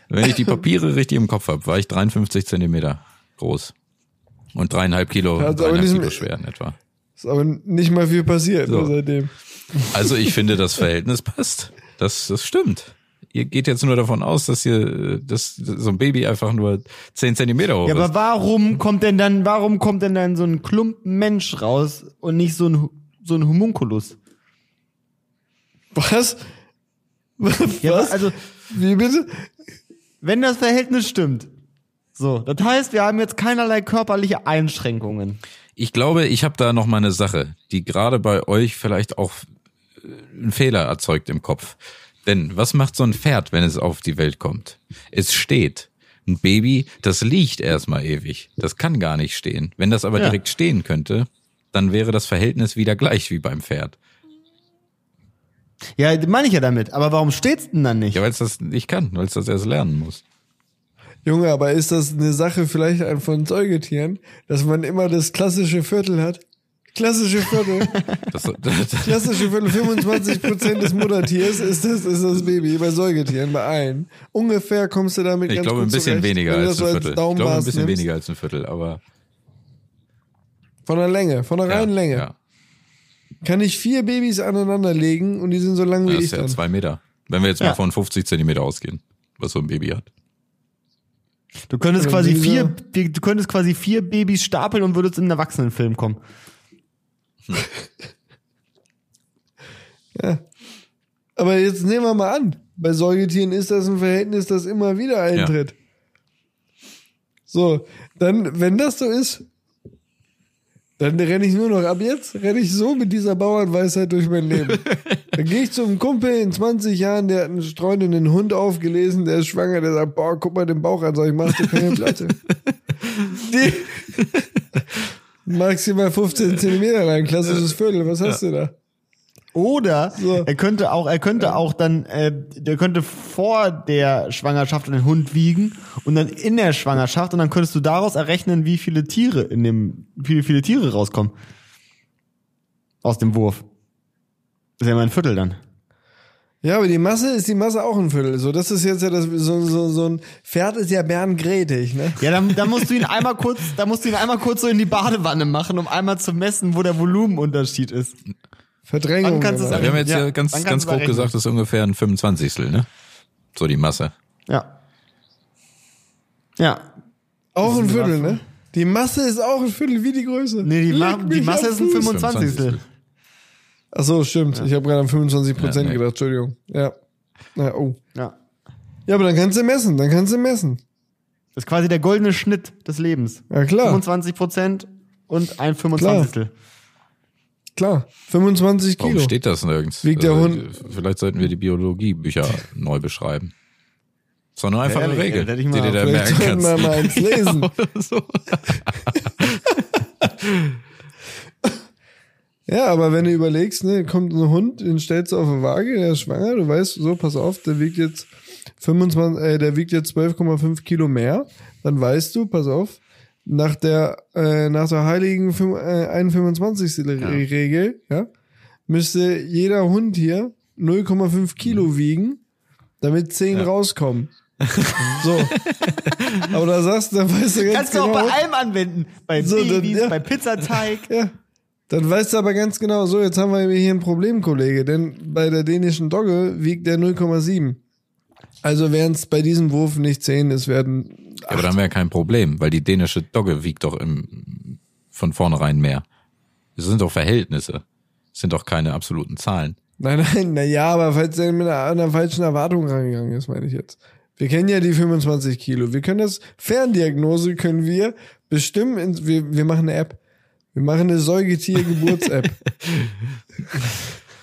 S2: wenn ich die Papiere richtig im Kopf habe, war ich 53 Zentimeter groß und dreieinhalb Kilo,
S1: Ja, also aber
S2: dreieinhalb
S1: nicht-
S2: Kilo schwer in etwa.
S1: Ist aber nicht mal viel passiert
S2: So.
S1: ne, seitdem.
S2: Also ich finde, das Verhältnis passt. Das, das stimmt. Ihr geht jetzt nur davon aus, dass ihr äh, dass so ein Baby einfach nur 10 Zentimeter hoch
S3: Ja,
S2: ist.
S3: aber warum kommt denn dann, warum kommt denn dann so ein Klumpen Mensch raus und nicht so ein, Hu- so ein Homunculus?
S1: Was? Was?
S3: Ja, also,
S1: Wie bitte?
S3: wenn das Verhältnis stimmt. So, das heißt, wir haben jetzt keinerlei körperliche Einschränkungen.
S2: Ich glaube, ich habe da noch mal eine Sache, die gerade bei euch vielleicht auch äh, einen Fehler erzeugt im Kopf. Denn was macht so ein Pferd, wenn es auf die Welt kommt? Es steht. Ein Baby, das liegt erstmal ewig. Das kann gar nicht stehen. Wenn das aber
S3: Ja.
S2: direkt stehen könnte, dann wäre das Verhältnis wieder gleich wie beim Pferd.
S3: Ja, das meine ich ja damit. Aber warum steht's denn dann nicht?
S2: Ja, weil es das nicht kann, weil es das erst lernen muss.
S1: Junge, aber ist das eine Sache vielleicht von Säugetieren, dass man immer das klassische Viertel hat? Klassische Viertel.
S2: Das, das, das,
S1: Klassische Viertel. 25% des Muttertiers ist das, ist das Baby. Bei Säugetieren, bei allen. Ungefähr kommst du damit
S2: ich
S1: ganz
S2: glaube,
S1: gut
S2: ein bisschen
S1: zurecht,
S2: weniger
S1: wenn du das
S2: als
S1: so
S2: ein Viertel. Ich glaube, ein
S1: Daumenmaß
S2: bisschen
S1: nimmst.
S2: weniger als ein Viertel, aber.
S1: Von der Länge, von der
S2: Ja,
S1: reinen Länge.
S2: Ja,
S1: Kann ich vier Babys aneinander legen und die sind so lang wie
S2: das
S1: ich
S2: ist ja
S1: dann.
S2: zwei Meter. Wenn wir jetzt
S3: Ja.
S2: mal von 50 Zentimeter ausgehen, was so ein Baby hat.
S3: Du könntest
S1: Ja,
S3: quasi
S1: wie
S3: vier,
S1: gesagt.
S3: du könntest quasi vier Babys stapeln und würdest in einen Erwachsenenfilm kommen.
S1: Aber jetzt nehmen wir mal an, bei Säugetieren ist das ein Verhältnis, das immer wieder eintritt. So, dann, wenn das so ist, dann renne ich nur noch ab jetzt, renne ich so mit dieser Bauernweisheit durch mein Leben. dann gehe ich zum Kumpel in 20 Jahren, der hat einen streunenden Hund aufgelesen, der ist schwanger, der sagt, boah, guck mal den Bauch an, sag ich, mach dir keine Platte. Die maximal 15 Zentimeter lang, klassisches Viertel, was hast du da?
S3: Oder
S1: So.
S3: er könnte auch, er könnte auch dann, äh, der könnte vor der Schwangerschaft den Hund wiegen und dann in der Schwangerschaft und dann könntest du daraus errechnen, wie viele Tiere in dem, wie viele Tiere rauskommen. Aus dem Wurf. Das ist ja mal ein Viertel dann.
S1: Ja, aber die Masse ist die Masse auch ein Viertel. So, das ist jetzt ja das, so, so, so ein Pferd ist ja berngrätig, ne?
S3: Ja, dann, dann musst du ihn einmal kurz, dann musst du ihn einmal kurz so in die Badewanne machen, um einmal zu messen, wo der Volumenunterschied ist.
S1: Verdrängung.
S3: Dann kannst du
S1: aber.
S3: sagen-
S2: Wir haben jetzt
S3: Ja,
S2: ja ganz,
S3: dann kannst
S2: ganz
S3: du
S2: grob
S3: berechnen.
S2: gesagt, das ist ungefähr ein 25. Ne? So die Masse.
S3: Ja. Ja.
S1: auch ein Viertel,
S3: Waffe.
S1: ne? Die Masse ist auch ein Viertel wie die Größe.
S3: Nee, die, Ma die Masse ist ein 25.
S2: 25.
S1: Ach so, stimmt. Ich habe gerade an 25 Prozent
S2: Ja, nee.
S1: gedacht. Entschuldigung. Ja. Na, oh.
S3: Ja.
S1: Ja, aber dann kannst du messen. Dann kannst du messen.
S3: Das ist quasi der goldene Schnitt des Lebens.
S1: Ja klar.
S3: 25 Prozent und ein 25.
S1: Klar. 25
S2: Warum
S1: Kilo.
S2: steht das nirgends? Also,
S1: Wiegt der
S2: Vielleicht sollten wir die Biologiebücher neu beschreiben. Ist doch eine einfache
S3: ehrlich,
S2: Regel,
S3: ja, hätte
S2: die
S3: ich mal-
S2: du da
S1: Vielleicht
S2: merken
S1: sollten wir
S2: kannst.
S1: mal eins lesen.
S2: So.
S1: Ja, aber wenn du überlegst, ne, kommt ein Hund, den stellst du auf eine Waage, der ist schwanger, du weißt, so, pass auf, der wiegt jetzt 25, äh, der wiegt jetzt 12,5 Kilo mehr, dann weißt du, pass auf, nach der, äh, nach der heiligen fün- äh, 1,25 Regel, ja, müsste jeder Hund hier 0,5 Kilo
S3: Mhm.
S1: wiegen, damit 10 rauskommen. so. Aber da sagst du, dann weißt du ganz
S3: Kannst
S1: genau.
S3: du auch bei allem anwenden. Bei
S1: So, dann-
S3: Babys,
S1: ja.
S3: bei Pizzateig.
S1: Ja. Dann weißt du aber ganz genau, so, jetzt haben wir hier ein Problem, Kollege, denn bei der dänischen Dogge wiegt der 0,7. Also wären es bei diesem Wurf nicht 10, es werden.
S2: Ja, aber dann wäre kein Problem, weil die dänische Dogge wiegt doch im, von vornherein mehr. Es sind doch Verhältnisse. Es sind doch keine absoluten Zahlen.
S1: Nein, nein, naja, aber falls der mit einer, einer falschen Erwartung rangegangen ist, meine ich jetzt. Wir kennen ja die 25 Kilo. Wir können das, Ferndiagnose können wir bestimmen, in, wir, wir machen eine App. Wir machen eine Säugetier-Geburts-App.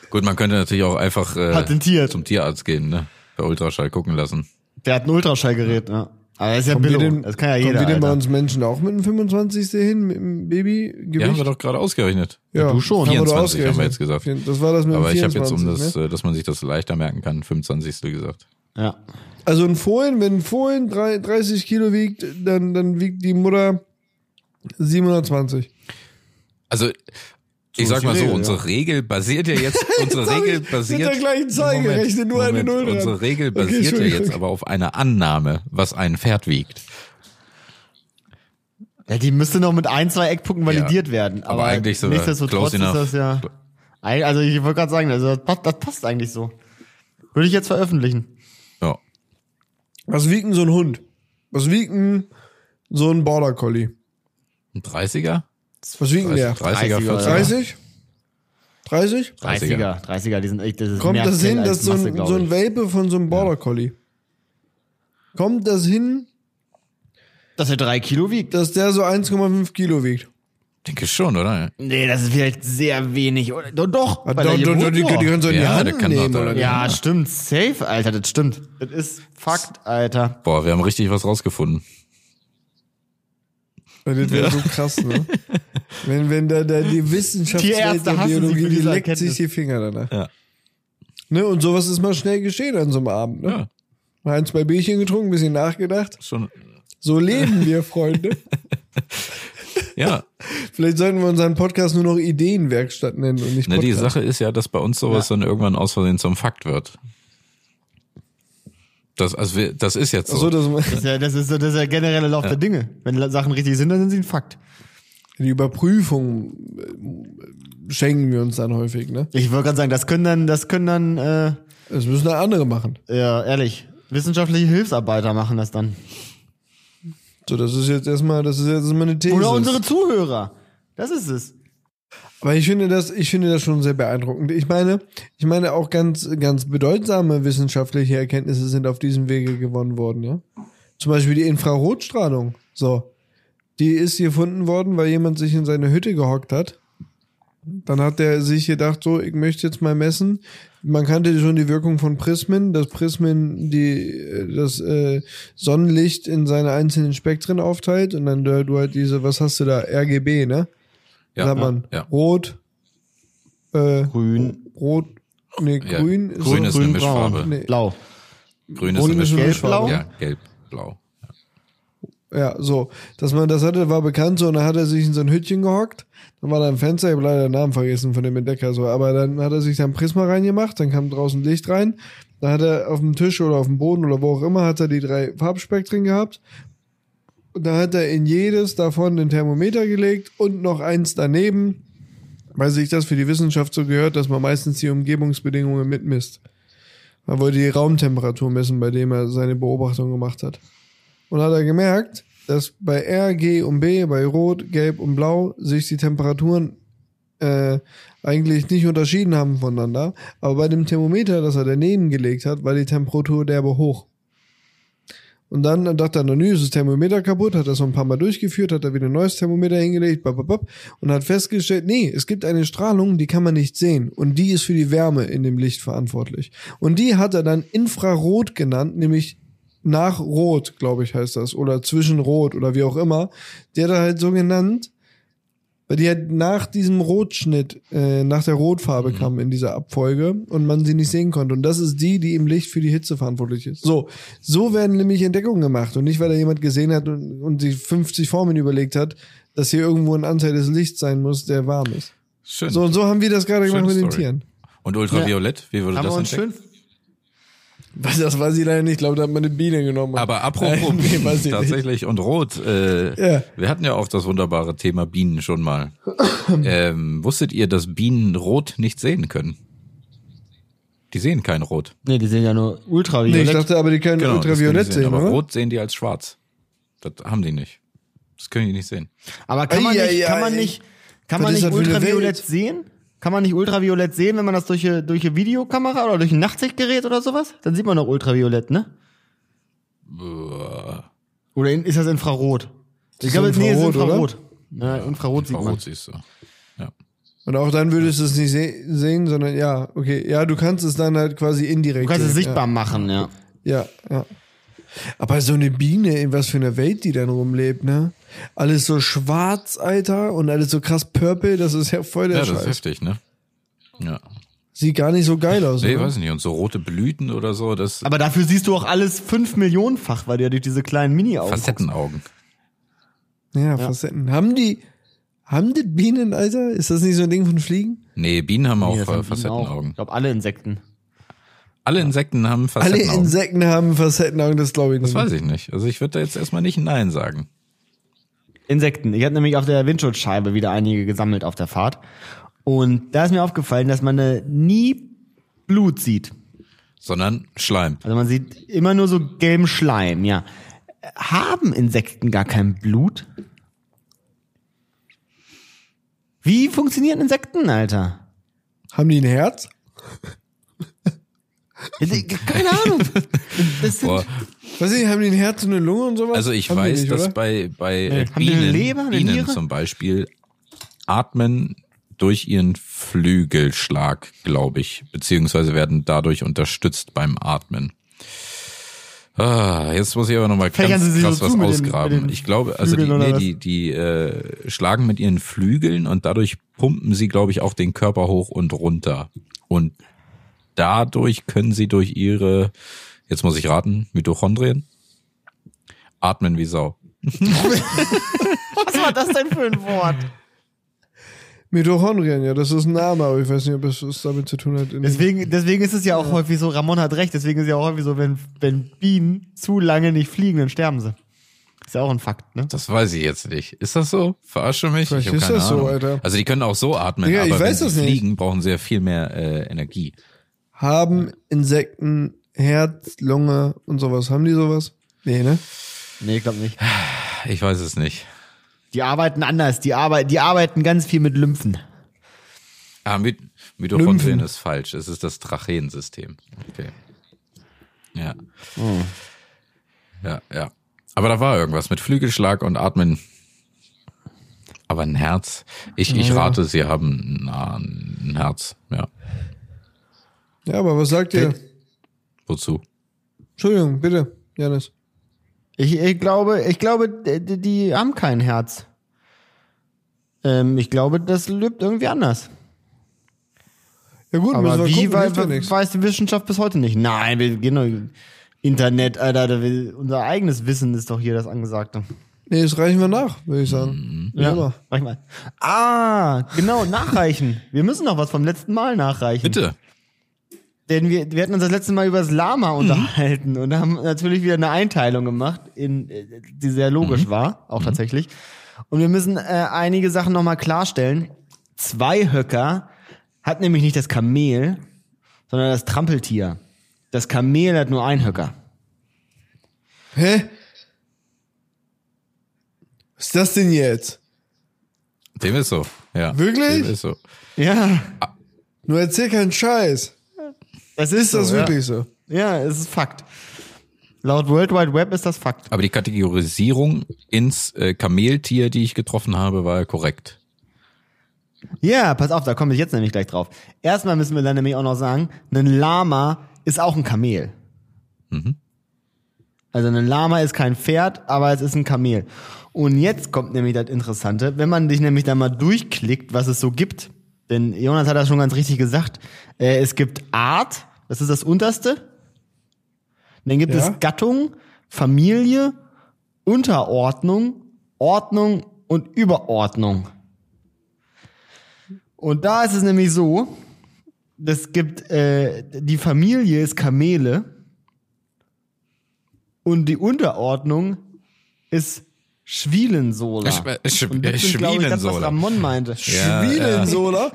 S2: Gut, man könnte natürlich auch einfach äh,
S3: Patentiert.
S2: zum Tierarzt gehen, ne? Bei Ultraschall gucken lassen.
S3: Der hat ein Ultraschallgerät, ja. Aber das ist ja
S1: Kommen wir
S3: Billo.
S1: denn,
S3: Das kann ja
S1: kommen
S3: jeder.
S1: wir denn bei
S3: Alter.
S1: uns Menschen auch mit einem 25. hin, mit dem Babygewicht?
S2: Ja, haben wir doch gerade ausgerechnet.
S3: du schon.
S1: haben wir
S2: 24
S1: doch
S2: haben wir
S1: ausgerechnet.
S2: jetzt gesagt.
S1: Vier- Das war das mit dem
S2: Aber ich habe
S1: 24,
S2: jetzt, um das,
S1: ne?
S2: äh, dass man sich das leichter merken kann, 25. gesagt.
S3: Ja.
S1: Also ein Fohlen, wenn ein Fohlen drei- 30 Kilo wiegt, dann, dann wiegt die Mutter 720.
S2: Also, ich
S3: So ist
S2: sag
S3: die
S2: mal so,
S3: Regel, ja.
S2: unsere Regel basiert ja jetzt, unsere
S1: hab
S2: Regel
S1: ich mit
S2: basiert.
S1: der gleichen Zahl gerechnet, nur eine Null dran.
S2: Unsere Regel
S1: Okay,
S2: basiert ja
S1: Entschuldigung.
S2: jetzt aber auf einer Annahme, was ein Pferd wiegt.
S3: Ja, die müsste noch mit ein, zwei Eckpunkten validiert werden. Aber,
S2: Aber eigentlich so
S3: nichtsdestotrotz
S2: close
S3: ist
S2: enough.
S3: das ja. Ei- Also ich wollte gerade sagen, also das, passt, das passt eigentlich so. Würde ich jetzt veröffentlichen.
S2: Ja.
S1: Was wiegt denn so ein Hund? Was wiegt denn so ein Border Collie?
S2: Ein Also 30er?
S1: Was wiegt denn
S2: 30,
S1: der?
S2: 30er,
S3: 30er,
S2: 40er.
S1: 30? 30?
S2: 30er.
S3: 30er, 30er, die sind echt, das ist
S1: Kommt
S3: mehr
S1: das
S3: Fell
S1: hin,
S3: als
S1: dass so
S3: Masse,
S1: ein,
S3: glaub
S1: so ein
S3: ich.
S1: Welpe von so einem Border Collie? Kommt das hin,
S3: dass er drei Kilo wiegt?
S1: dass der so 1,5 Kilo wiegt?
S2: Denke schon, oder?
S3: Nee, das ist vielleicht sehr wenig. Oder, doch, doch.
S1: Ah,
S3: bei
S1: doch,
S3: der
S1: doch, doch,
S3: Geburt
S1: die,
S3: noch.
S1: die kannst du in die
S2: Ja,
S1: Hand
S2: der kann doch
S1: nehmen,
S2: da-
S1: oder nicht?
S3: Ja, stimmt. Safe, Alter, das stimmt. Das ist Fakt, Alter.
S2: Boah, wir haben richtig was rausgefunden.
S1: Weil Das wäre so krass, ne? wenn wenn da, da die Wissenschaftswelt
S3: Tierärzte
S1: der
S3: hassen sich
S1: Biologie,
S3: für
S1: die
S3: diese
S1: leckt
S3: Erkenntnis.
S1: sich die Finger danach.
S2: Ja.
S1: Ne, und sowas ist mal schnell geschehen an so einem Abend. Ne?
S2: Ja,
S1: Mal ein, zwei Bierchen getrunken, ein bisschen nachgedacht.
S2: schon.
S1: So leben wir, Freunde.
S2: Ja.
S1: Vielleicht sollten wir unseren Podcast nur noch Ideenwerkstatt nennen und nicht
S2: Ne,
S1: Podcast.
S2: die Sache ist ja, dass bei uns sowas dann irgendwann aus Versehen zum Fakt wird. Das, also wir, das ist jetzt so.
S1: Ach so, das,
S3: Das ist ja, das ist, so- das ist ja generelle Lauf der Dinge. Wenn La- Sachen richtig sind, dann sind sie ein Fakt.
S1: die Überprüfung äh, schenken wir uns dann häufig, ne?
S3: Ich wollte gerade sagen, das können dann, das können dann, äh,
S1: Das müssen ja andere machen.
S3: ja, ehrlich, wissenschaftliche Hilfsarbeiter machen das dann.
S1: So, das ist jetzt erstmal, das ist jetzt erstmal eine These.
S3: Oder unsere Zuhörer. Das ist es.
S1: Aber ich finde das, ich finde das schon sehr beeindruckend. Ich meine, ich meine auch ganz, ganz bedeutsame wissenschaftliche Erkenntnisse sind auf diesem Wege gewonnen worden, ja. Zum Beispiel die Infrarotstrahlung. So. Die ist gefunden worden, weil jemand sich in seine Hütte gehockt hat. Dann hat er sich gedacht, so, ich möchte jetzt mal messen. Man kannte schon die Wirkung von Prismen, dass Prismen die, äh, das äh, Sonnenlicht in seine einzelnen Spektren aufteilt und dann du du halt diese, was hast du da, RGB, ne?
S2: ja,
S1: sagt man,
S2: Ja.
S1: rot, äh,
S3: Grün.
S1: rot, nee,
S2: Ja.
S1: grün ist
S2: Grün ist eine
S3: grün,
S2: Mischfarbe.
S3: braun.
S1: Nee.
S3: Blau.
S2: Grün ist eine
S1: Grün ist eine
S2: Mischfarbe.
S3: Mischfarbe.
S2: Ja, gelb, blau.
S1: ja, so, dass man das hatte, war bekannt so, und dann hat er sich in so ein Hütchen gehockt, dann war da ein Fenster, ich habe leider den Namen vergessen von dem Entdecker, so, aber dann hat er sich da ein Prisma reingemacht, dann kam draußen Licht rein, dann hat er auf dem Tisch oder auf dem Boden oder wo auch immer, hat er die drei Farbspektren gehabt, und da hat er in jedes davon den Thermometer gelegt und noch eins daneben, weil sich das für die Wissenschaft so gehört, dass man meistens die Umgebungsbedingungen mitmisst. Man wollte die Raumtemperatur messen, bei dem er seine Beobachtung gemacht hat. Und hat er gemerkt, dass bei R, G und B, bei Rot, Gelb und Blau sich die Temperaturen äh, eigentlich nicht unterschieden haben voneinander. Aber bei dem Thermometer, das er daneben gelegt hat, war die Temperatur derbe hoch. Und dann dachte er, na nö, ist das Thermometer kaputt, hat das so ein paar Mal durchgeführt, hat er wieder ein neues Thermometer hingelegt, bababab, und hat festgestellt, nee, es gibt eine Strahlung, die kann man nicht sehen. Und die ist für die Wärme in dem Licht verantwortlich. Und die hat er dann Infrarot genannt, nämlich nach Rot, glaube ich, heißt das, oder zwischen Rot oder wie auch immer. Die hat er halt so genannt, weil die halt nach diesem Rotschnitt, äh, nach der Rotfarbe kam in dieser Abfolge und man sie nicht sehen konnte. Und das ist die, die im Licht für die Hitze verantwortlich ist. So, so werden nämlich Entdeckungen gemacht und nicht, weil da jemand gesehen hat und, und sich 50 Formeln überlegt hat, dass hier irgendwo ein Anteil des Lichts sein muss, der warm ist.
S2: Schön.
S1: So, und so haben wir das gerade
S2: Schöne
S1: gemacht mit den
S2: Story.
S1: Tieren.
S2: Und ultraviolett, wie würde
S3: Haben wir
S2: das
S3: uns
S2: entdecken?
S3: schön.
S1: Was, das weiß ich leider nicht. Ich glaube, da hat man eine Biene genommen.
S2: Aber apropos
S1: Nein, nee,
S2: Bienen,
S1: weiß ich nicht.
S2: tatsächlich, und Rot, äh,
S1: Ja.
S2: wir hatten ja auch das wunderbare Thema Bienen schon mal. ähm, wusstet ihr, dass Bienen Rot nicht sehen können? Die sehen kein Rot.
S3: Nee, die sehen ja nur
S1: Nee,
S3: ultraviolett.
S1: ich dachte aber, die können
S2: Genau, das können die
S1: ultraviolett sehen,
S2: aber
S1: oder?
S2: Rot sehen die als schwarz. Das haben die nicht. Das können die nicht sehen.
S3: aber kann man
S1: Ei,
S3: nicht,
S1: ei,
S3: kann
S1: ei.
S3: man nicht, kann
S1: Was
S3: man
S1: ist das
S3: nicht
S1: für eine
S3: ultraviolett
S1: Welt?
S3: sehen? Kann man nicht ultraviolett sehen, wenn man das durch eine, durch eine Videokamera oder durch ein Nachtsichtgerät oder sowas? Dann sieht man noch ultraviolett, ne?
S2: Äh,
S3: Oder in, ist das Infrarot? Ich
S1: ist
S3: glaube, nee, es ist
S1: Infrarot, oder?
S3: Infrarot. Ja, Infrarot sieht man.
S2: Rot siehst du.
S1: Und auch dann würdest du es nicht se sehen, sondern ja, okay, ja, du kannst es dann halt quasi indirekt
S3: Du kannst es
S1: sehen,
S3: sichtbar machen, ja.
S1: Ja, ja. ja. Aber so eine Biene, in was für einer Welt die dann rumlebt, ne? Alles so schwarz, Alter, und alles so krass purple, das ist ja voll der
S2: Ja, das ist
S1: Scheiß.
S2: heftig, ne? Ja.
S1: Sieht gar nicht so geil aus,
S2: Nee,
S1: oder?
S2: weiß ich nicht. Und so rote Blüten oder so, das
S3: Also Aber dafür siehst du auch alles fünf Millionenfach, weil du ja durch diese kleinen Mini-Augen
S2: Facettenaugen.
S1: Ja, Facetten. Haben die, haben die Bienen, Alter? Ist das nicht so ein Ding von Fliegen?
S2: Nee, Bienen haben auch
S3: guckst. Nee, das haben
S2: äh,
S3: die auch.
S2: Facettenaugen.
S3: Ich glaube, alle Insekten.
S2: Alle Insekten haben
S1: Alle
S2: Facettenaugen.
S1: Insekten haben Facettenaugen, das glaube ich nicht.
S2: das weiß ich nicht. Also ich würde da jetzt erstmal nicht Nein sagen.
S3: Insekten. Ich hatte nämlich auf der Windschutzscheibe wieder einige gesammelt auf der Fahrt. Und da ist mir aufgefallen, dass man äh, nie Blut sieht.
S2: Sondern Schleim.
S3: Also man sieht immer nur so gelben Schleim, ja. Äh, Haben Insekten gar kein Blut? Wie funktionieren Insekten, Alter?
S1: Haben die ein Herz?
S3: Keine Ahnung. Das sind,
S2: Boah.
S1: Weiß ich, nicht, haben die ein Herz und eine Lunge und sowas?
S2: Also ich
S1: Haben die
S2: weiß,
S1: nicht,
S2: dass
S1: oder?
S2: bei, bei äh,
S3: Haben die eine
S2: Bienen,
S3: Leber, eine
S2: Bienen
S3: Niere?
S2: zum Beispiel atmen durch ihren Flügelschlag, glaube ich, beziehungsweise werden dadurch unterstützt beim Atmen. Ah, jetzt muss ich aber nochmal
S3: Vielleicht
S2: ganz
S3: haben sie sie
S2: krass
S3: so
S2: was
S3: zu mit den-
S2: ausgraben.
S3: mit den
S2: ich glaube, also die,
S3: Flügeln oder
S2: nee,
S3: was?
S2: die, die äh, schlagen mit ihren Flügeln und dadurch pumpen sie, glaube ich, auch den Körper hoch und runter. Und dadurch können sie durch ihre, jetzt muss ich raten, Mitochondrien atmen wie Sau.
S3: Was war das denn für ein Wort?
S1: Mitochondrien, ja, das ist ein Name, aber ich weiß nicht, ob es was damit zu tun hat. In
S3: Deswegen, deswegen ist es ja auch häufig so, Ramon hat recht, deswegen ist es ja auch häufig so, wenn, wenn Bienen zu lange nicht fliegen, dann sterben sie. Ist ja auch ein Fakt, ne?
S2: Das weiß ich jetzt nicht. Ist das so? Verarsche mich?
S1: Vielleicht
S2: ich hab
S1: ist
S2: keine
S1: das so,
S2: Ahnung.
S1: Alter.
S2: Also die können auch so atmen,
S1: Ja, ich
S2: aber
S1: weiß
S2: wenn
S1: das
S2: sie
S1: nicht.
S2: fliegen, brauchen sie ja viel mehr äh, Energie.
S1: haben Insekten Herz, Lunge und sowas? Haben die sowas? Nee, ne?
S3: Nee, ich glaube nicht.
S2: Ich weiß es nicht.
S3: Die arbeiten anders, die, arbeit, die arbeiten ganz viel mit Lymphen.
S2: Ah, mit,
S1: Lymphen.
S2: Mitochondrien ist falsch. Es ist das Trachensystem. Okay. Ja. Ja, ja. Aber da war irgendwas mit Flügelschlag und Atmen. Aber ein Herz. Ich, ich rate, sie haben na, ein Herz. Ja.
S1: Ja, aber was sagt ihr?
S2: Wozu?
S1: Entschuldigung, bitte, Janis.
S3: Ich, ich glaube, ich glaube, die, die haben kein Herz. Ähm, ich glaube, das lebt irgendwie anders.
S1: Ja gut, müssen
S3: Aber
S1: wir
S3: wie
S1: gucken,
S3: wei
S1: hilft ja nichts.
S3: weiß die Wissenschaft bis heute nicht? Nein, wir gehen doch Internet, Alter, da will- unser eigenes Wissen ist doch hier das Angesagte.
S1: Nee, das reichen wir nach, würde ich sagen. Wie immer.
S3: Mach ich mal. Ah, genau, nachreichen. Wir müssen noch was vom letzten Mal nachreichen.
S2: Bitte.
S3: Denn wir, wir hatten uns das letzte Mal über das Lama unterhalten und haben natürlich wieder eine Einteilung gemacht, in, äh, die sehr logisch war, auch tatsächlich. Und wir müssen äh, einige Sachen nochmal klarstellen. Zweihöcker hat nämlich nicht das Kamel, sondern das Trampeltier. Das Kamel hat nur einen Höcker.
S1: Hä? Was ist das denn jetzt?
S2: Dem ist so. Ja.
S1: Wirklich?
S2: Dem ist so.
S3: Ja,
S1: Nur erzähl keinen Scheiß.
S3: das ist,
S1: Ist das
S3: so,
S1: wirklich so?
S3: Ja, es ist Fakt. Laut World Wide Web ist das Fakt.
S2: Aber die Kategorisierung ins äh, Kameltier, die ich getroffen habe, war korrekt.
S3: Ja, pass auf, da komme ich jetzt nämlich gleich drauf. Erstmal müssen wir dann nämlich auch noch sagen, ein Lama ist auch ein Kamel. Also ein Lama ist kein Pferd, aber es ist ein Kamel. Und jetzt kommt nämlich das Interessante, wenn man dich nämlich da mal durchklickt, was es so gibt, denn Jonas hat das schon ganz richtig gesagt, äh, es gibt Art, das ist das unterste, dann gibt
S1: Ja.
S3: es Gattung, Familie, Unterordnung, Ordnung und Überordnung. Und da ist es nämlich so, es gibt äh, die Familie ist Kamele und die Unterordnung ist Schwielensola.
S2: Sch- äh, Sch-
S3: Und das
S2: äh,
S3: sind, glaub ich, das, was
S2: Schwielensola.
S3: Ramon meinte.
S2: Ja,
S1: Schwielensola?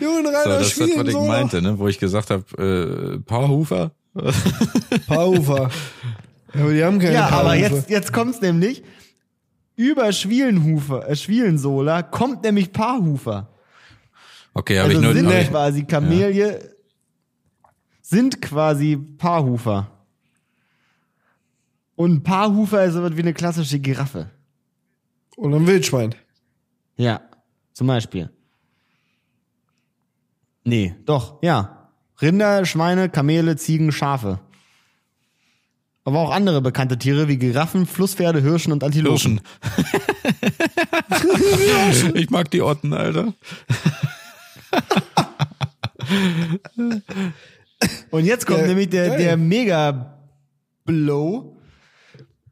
S1: Junge,
S2: So,
S1: Rainer,
S2: das ist das, was ich
S1: Schwielensola.
S2: meinte, ne? wo ich gesagt habe, äh, Paarhufer.
S1: Paufer. Ja, also- aber die haben keine
S3: Ja, aber
S1: Paufer.
S3: jetzt, jetzt kommt's nämlich. Über Schwielenhufer, äh, Schwielensola kommt nämlich Paarhufer.
S2: Okay, habe
S3: Also
S2: ich nur...
S3: sind
S2: hab ich,
S3: quasi Kamelie, sind quasi Paarhufer. Und ein Paarhufer ist sowas wie eine klassische Giraffe.
S1: Und ein Wildschwein.
S3: Ja, zum Beispiel. Nee, doch, ja. Rinder, Schweine, Kamele, Ziegen, Schafe. Aber auch andere bekannte Tiere wie Giraffen, Flusspferde, Hirschen und Antilopen.
S2: Hirschen. ich mag die Otten, Alter.
S3: Und jetzt kommt
S1: Ja,
S3: nämlich der,
S1: geil.
S3: der Mega-Blow.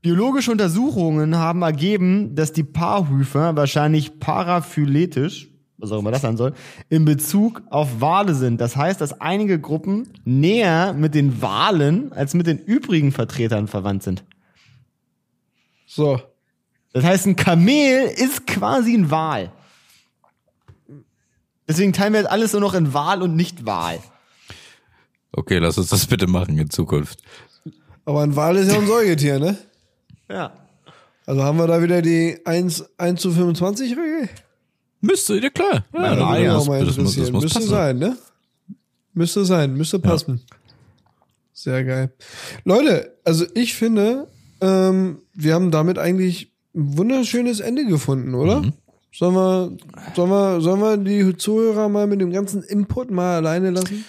S3: Biologische Untersuchungen haben ergeben, dass die Paarhüfer wahrscheinlich paraphyletisch, was auch immer das sein soll, in Bezug auf Wale sind. Das heißt, dass einige Gruppen näher mit den Walen als mit den übrigen Vertretern verwandt sind.
S1: So.
S3: Das heißt, ein Kamel ist quasi ein Wal. Deswegen teilen wir jetzt alles nur noch in Wal und nicht Wal.
S2: Okay, lass uns das bitte machen in Zukunft.
S1: Aber ein Wal ist ja ein Säugetier, ne?
S3: Ja.
S1: Also haben wir da wieder die 1, 1 zu 25 Regel?
S2: Müsste, ja klar. Äh, Ja,
S1: würde
S2: nein,
S1: mich
S2: das,
S1: auch mal
S2: das, muss, das
S1: interessieren.
S2: muss
S1: müsste
S2: passen.
S1: sein, ne? Müsste sein, müsste passen. Sehr geil. Leute, also ich finde, ähm, wir haben damit eigentlich ein wunderschönes Ende gefunden, oder?
S2: Mhm.
S1: Sollen, wir, sollen, wir, sollen wir die Zuhörer mal mit dem ganzen Input mal alleine lassen?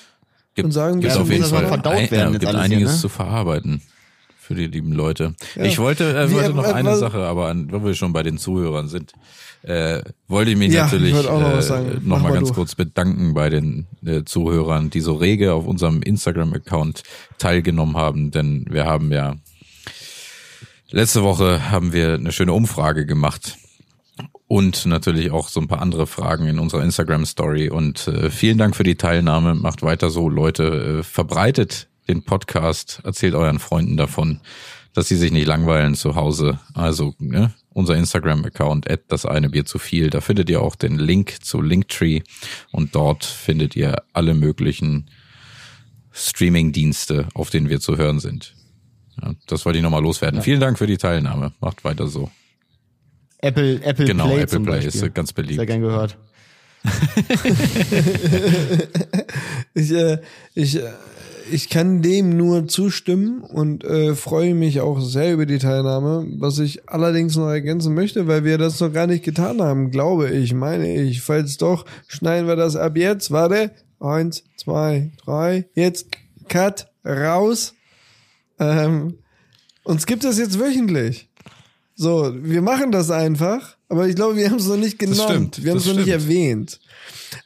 S2: Gibt,
S1: Und sagen,
S2: gibt's
S1: ja,
S2: auf
S1: muss
S2: jeden
S1: das mal
S2: Fall
S3: verdaut
S2: ein,
S3: werden
S2: ja,
S3: jetzt
S2: gibt
S3: alles hier,
S2: einiges
S3: ne?
S2: zu verarbeiten für die lieben Leute.
S1: Ja.
S2: Ich wollte, äh,
S1: Wie,
S2: wollte
S1: äh,
S2: noch
S1: äh,
S2: eine
S1: was-
S2: Sache, aber an, wenn wir schon bei den Zuhörern sind, äh, wollte ich mich
S1: Ja, ich
S2: natürlich
S1: wollte auch noch was sagen.
S2: äh,
S1: Mach
S2: nochmal
S1: mal
S2: ganz
S1: du.
S2: kurz bedanken bei den äh, Zuhörern, die so rege auf unserem Instagram-Account teilgenommen haben, denn wir haben ja Letzte Woche haben wir eine schöne Umfrage gemacht und natürlich auch so ein paar andere Fragen in unserer Instagram Story und äh, vielen Dank für die Teilnahme. Macht weiter so, Leute, äh, verbreitet den Podcast, erzählt euren Freunden davon, dass sie sich nicht langweilen zu Hause. Also ne, unser Instagram Account das eine Bier zu viel, da findet ihr auch den Link zu Linktree und dort findet ihr alle möglichen Streaming-Dienste, auf denen wir zu hören sind. Ja, das wollte ich nochmal loswerden. Vielen Dank für die Teilnahme. Macht weiter so.
S3: Apple, Apple
S2: Genau,
S3: Play
S2: Apple
S3: zum
S2: Play
S3: Beispiel.
S2: ist ganz beliebt.
S3: Sehr gern gehört.
S1: Ich, äh, ich, äh, ich kann dem nur zustimmen und äh, freue mich auch sehr über die Teilnahme. Was ich allerdings noch ergänzen möchte, weil wir das noch gar nicht getan haben, glaube ich, meine ich. Falls doch, schneiden wir das ab jetzt. Warte. Eins, zwei, drei. Jetzt Cut raus. Ähm, uns gibt es jetzt wöchentlich. So, wir machen das einfach, aber ich glaube, wir haben es noch nicht genannt.
S2: stimmt,
S1: wir haben es
S2: das
S1: noch nicht
S2: stimmt.
S1: erwähnt.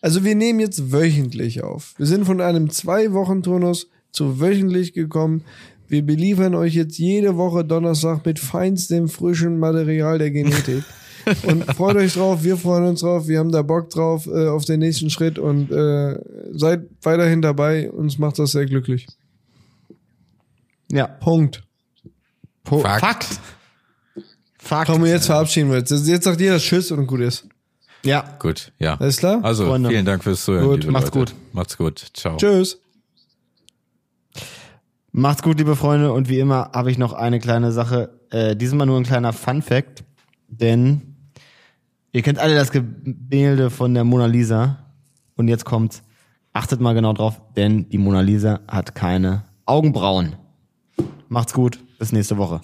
S1: Also wir nehmen jetzt wöchentlich auf. Wir sind von einem Zwei-Wochen-Turnus zu wöchentlich gekommen. Wir beliefern euch jetzt jede Woche Donnerstag mit feinstem frischen Material der Genetik. und freut euch drauf, wir freuen uns drauf, wir haben da Bock drauf äh, auf den nächsten Schritt und äh, seid weiterhin dabei, uns macht das sehr glücklich.
S3: Ja.
S1: Punkt.
S3: Po
S2: Fakt.
S3: Fakt.
S1: Komm, jetzt verabschieden wir uns. Jetzt Jetzt sagt jeder Tschüss und gut ist.
S3: Ja.
S2: Gut, ja.
S1: Alles klar?
S2: Also,
S3: Freunde.
S2: vielen Dank fürs Zuhören.
S1: Gut,
S2: liebe
S3: macht's
S2: Leute.
S3: gut.
S2: Macht's gut. Ciao.
S1: Tschüss.
S3: Macht's gut, liebe Freunde. Und wie immer habe ich noch eine kleine Sache. Äh, diesmal nur ein kleiner Fun Fact. Denn ihr kennt alle das Gemälde von der Mona Lisa. Und jetzt kommt's. Achtet mal genau drauf, denn die Mona Lisa hat keine Augenbrauen. Macht's gut. Bis nächste Woche.